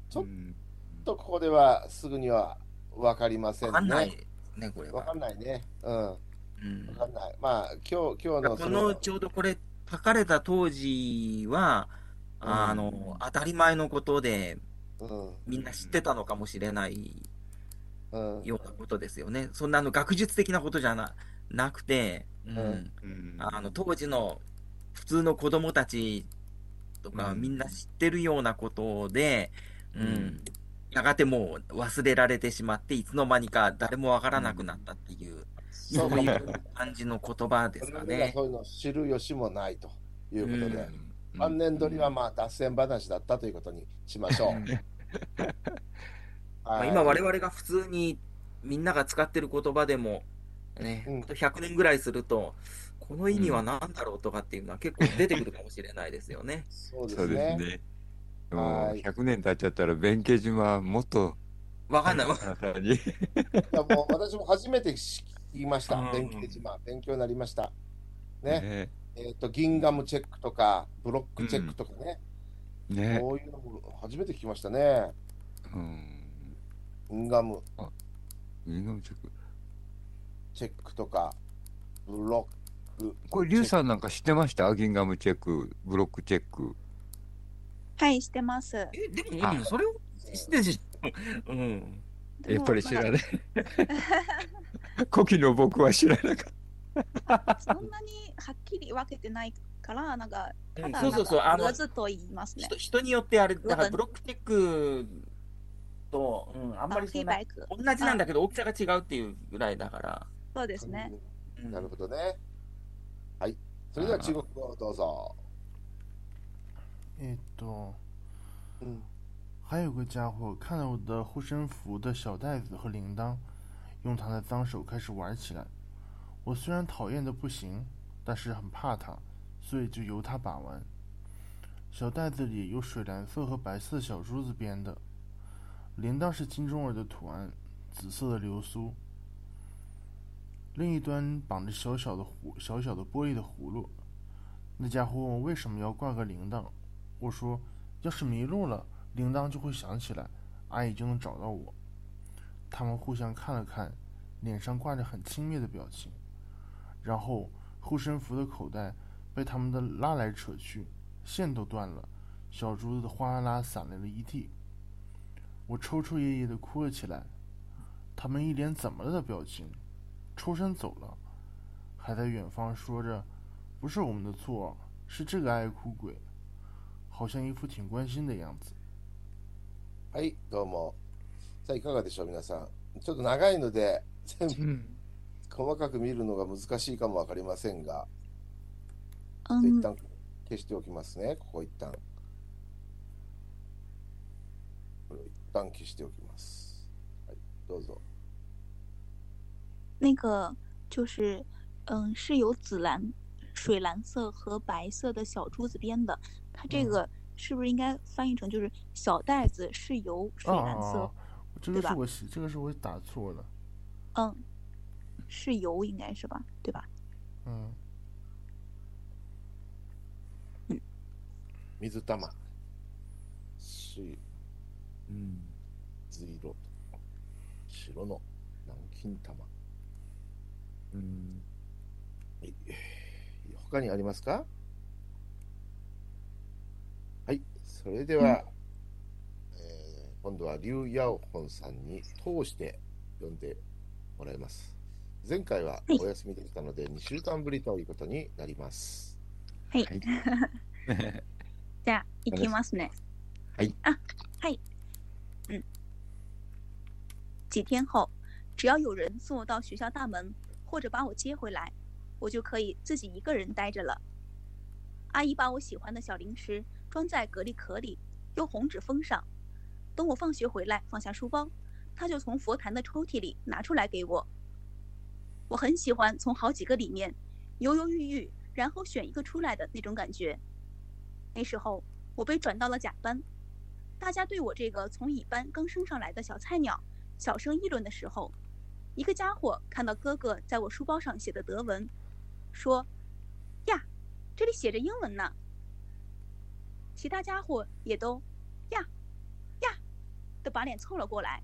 [SPEAKER 1] そう
[SPEAKER 2] うん
[SPEAKER 1] ちょっとここではすぐには分かりません
[SPEAKER 6] わ
[SPEAKER 1] ね。
[SPEAKER 6] かんないね、これ
[SPEAKER 1] わ
[SPEAKER 6] は
[SPEAKER 1] か。んないね。うん。わ
[SPEAKER 6] うん
[SPEAKER 1] かんない。まあ、今日、今日の
[SPEAKER 6] こ
[SPEAKER 1] そ
[SPEAKER 6] のちょうどこれ書かれた当時は、あの、当たり前のことでみんな知ってたのかもしれない
[SPEAKER 1] うん。うん。
[SPEAKER 6] ようなことですよね。そんなあの学術的なことじゃな、なくて、うん
[SPEAKER 1] うん
[SPEAKER 2] うん
[SPEAKER 6] あの当時の普通の子供たちとか
[SPEAKER 2] うん
[SPEAKER 6] みんな知ってるようなことで、うん
[SPEAKER 2] うん
[SPEAKER 6] やがてもう忘れられてしまっていつの間にか誰もわからなくなったっていう、
[SPEAKER 1] そ
[SPEAKER 6] そうういう感じの言葉ですか
[SPEAKER 1] それが
[SPEAKER 6] ね。
[SPEAKER 1] そういうのを知る由もないということで、
[SPEAKER 2] うん
[SPEAKER 1] 晩年取りはまあ脱線話だったということにしましょう。
[SPEAKER 6] まあ、今我々が普通にみんなが使ってる言葉でも、ね
[SPEAKER 1] うん。
[SPEAKER 6] あと100年ぐらいするとこの意味は何だろうとかっていうのは結構出てくるかもしれないですよね
[SPEAKER 1] そうで
[SPEAKER 2] そ
[SPEAKER 1] す
[SPEAKER 2] うです
[SPEAKER 1] ね。
[SPEAKER 2] ね。も
[SPEAKER 1] は
[SPEAKER 2] う
[SPEAKER 1] い
[SPEAKER 2] 100年経っちゃったら弁慶島はもっと
[SPEAKER 6] わかんない。
[SPEAKER 2] あなたに
[SPEAKER 1] いやもう私も初めて聞きました
[SPEAKER 6] うん。
[SPEAKER 1] 勉強島、勉強になりました。ね。
[SPEAKER 2] ね
[SPEAKER 1] えっと、ギンガムチェックとか、ブロックチェックとかね。
[SPEAKER 2] ね、
[SPEAKER 1] こういうのも初めて聞きましたね。
[SPEAKER 2] うん、
[SPEAKER 1] ギンガム
[SPEAKER 2] 二の塾
[SPEAKER 1] チェックとか、ブロック。
[SPEAKER 2] これリュウさんなんか知ってました？ギンガムチェック、ブロックチェック。
[SPEAKER 3] はい、してます。
[SPEAKER 6] えでも、
[SPEAKER 2] あ
[SPEAKER 6] うんそれをしてし、うん、
[SPEAKER 3] でも
[SPEAKER 2] やっぱり知ら
[SPEAKER 3] ま
[SPEAKER 2] ない。古希の僕は知らなかっ
[SPEAKER 3] あそんなにはっきり分けてないから、なんか、ただ、
[SPEAKER 6] そうそうそう、
[SPEAKER 3] な
[SPEAKER 6] あ
[SPEAKER 3] んか
[SPEAKER 6] の
[SPEAKER 3] ずっと言いますね
[SPEAKER 6] 人。人によってあれ、だ
[SPEAKER 3] なん
[SPEAKER 6] か
[SPEAKER 3] から
[SPEAKER 6] ブロックテックと、うん、あんまり
[SPEAKER 3] フィ
[SPEAKER 6] そ
[SPEAKER 3] ー
[SPEAKER 6] ん
[SPEAKER 3] バ
[SPEAKER 6] な
[SPEAKER 3] イク。
[SPEAKER 6] 同じなんだけど大きさが違うっていうぐらいだから。
[SPEAKER 3] そうですね。
[SPEAKER 6] うん
[SPEAKER 1] なるほどね。はい。それでは中国語をどうぞ。
[SPEAKER 4] えっと。
[SPEAKER 1] うん。
[SPEAKER 4] 还有个家伙看了我的护身符的小袋子和铃铛，用他的脏手开始玩起来。我虽然讨厌的不行，但是很怕他，所以就由他把玩。小袋子里有水蓝色和白色小珠子编的，铃铛是金钟耳的图案，紫色的流苏。另一端绑着小小的葫小小的玻璃的葫芦。那家伙问我为什么要挂个铃铛，我说要是迷路了，铃铛就会响起来，阿姨就能找到我。他们互相看了看，脸上挂着很轻蔑的表情。然后护身符的口袋被他们的拉来扯去，线都断了，小珠子的哗啦啦散了一地。我抽抽噎噎地哭了起来，他们一脸怎么了的表情，抽身走了，还在远方说着：“不是我们的错，是这个爱哭鬼。”好像一副挺关心的样子。
[SPEAKER 1] はい、どうも。さあ、いかがでしょう、皆さん。ちょっと長いので、全部
[SPEAKER 2] た。うん。
[SPEAKER 1] 細かく見るのが難しいかもわかりませんが、ち
[SPEAKER 3] う
[SPEAKER 1] ょっと一
[SPEAKER 3] ん、
[SPEAKER 1] 旦消しておきますね。ここ一旦。これを一旦消しておきます。はい、どうぞ。
[SPEAKER 3] 那个就是，嗯，是由紫蓝、水蓝色和白色的小珠子编的。它这
[SPEAKER 4] 嗯
[SPEAKER 3] 个是不是应该翻译成就是小袋子是由水蓝色？
[SPEAKER 4] 啊，这
[SPEAKER 3] 对
[SPEAKER 4] 个是
[SPEAKER 3] 吧
[SPEAKER 4] 我写这个是我打错了，
[SPEAKER 3] 嗯，是由应该是吧？对吧？
[SPEAKER 4] 嗯，
[SPEAKER 1] 水玉。水、
[SPEAKER 2] うん。
[SPEAKER 1] 水色。白の南京玉。
[SPEAKER 2] うん。
[SPEAKER 1] はい他にありますかはい、それでは、えー今度は劉ヤオホンさんに通して読んでもらいます。前回はお休みでしたので、2週間ぶりということになります。
[SPEAKER 3] はい。
[SPEAKER 2] はい
[SPEAKER 3] じゃあ、いきますね。
[SPEAKER 2] はい。
[SPEAKER 3] あ、はい。嗯。几天后，只要有人送我到学校大门，或者把我接回来，我就可以自己一个人待着了。阿姨把我喜欢的小零食装在蛤蜊壳里，用红纸封上。等我放学回来，放下书包，她就从佛坛的抽屉里拿出来给我。我很喜欢从好几个里面犹犹豫豫，然后选一个出来的那种感觉。那时候我被转到了甲班，大家对我这个从乙班刚升上来的小菜鸟小声议论的时候，一个家伙看到哥哥在我书包上写的德文，说：“呀，这里写着英文呢。”其他家伙也都“呀，呀”的把脸凑了过来，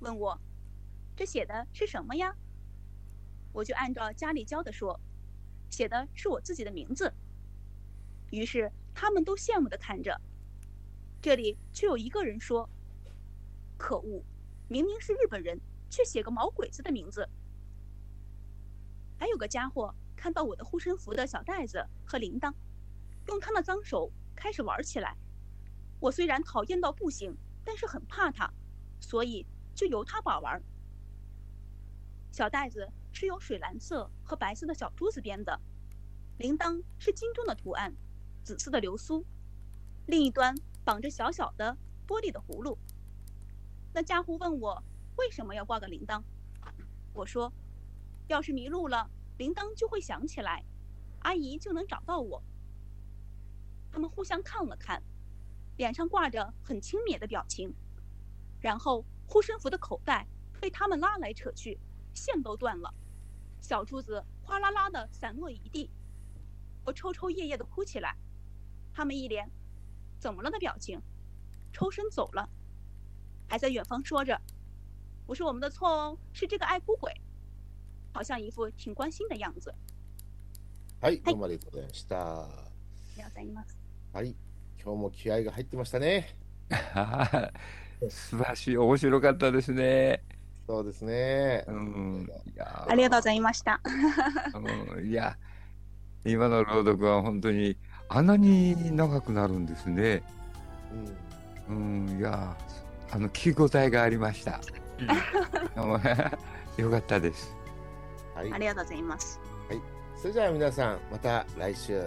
[SPEAKER 3] 问我：“这写的是什么呀？”我就按照家里教的说，写的是我自己的名字。于是他们都羡慕地看着，这里却有一个人说：“可恶，明明是日本人，却写个毛鬼子的名字。”还有个家伙看到我的护身符的小袋子和铃铛，用他那脏手开始玩起来。我虽然讨厌到不行，但是很怕他，所以就由他把玩儿。小袋子是由水蓝色和白色的小珠子编的，铃铛是金钟的图案，紫色的流苏，另一端绑着小小的玻璃的葫芦。那家伙问我为什么要挂个铃铛，我说，要是迷路了，铃铛就会响起来，阿姨就能找到我。他们互相看了看，脸上挂着很轻蔑的表情，然后护身符的口袋被他们拉来扯去，线都断了，小珠子哗啦啦的散落一地，我抽抽噎噎的哭起来。他们一脸“怎么了”的表情，抽身走了，还在远方说着：“不是我们的错哦，是这个爱哭鬼。”好像一副挺关心的样子。
[SPEAKER 1] はい、どうもありがとうございました。は
[SPEAKER 3] 聊在一起
[SPEAKER 1] い、今日も気合が入ってましたね。
[SPEAKER 2] はい素晴らしい、面白かったですね。
[SPEAKER 1] そうですね。
[SPEAKER 2] うん、いやー
[SPEAKER 3] ありがとうございました。
[SPEAKER 2] うんいや、今の朗読は本当に、あんなに長くなるんですね。
[SPEAKER 1] うん
[SPEAKER 2] うん、いやー、あの、聞き応えがありました。 よかったです。
[SPEAKER 1] はい
[SPEAKER 3] ありがとうございます。
[SPEAKER 1] それじゃあ皆さんまた来週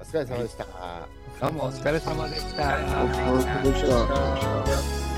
[SPEAKER 1] お疲れ様でした。
[SPEAKER 2] どうもお疲れ様でした。
[SPEAKER 5] お疲れ様でした。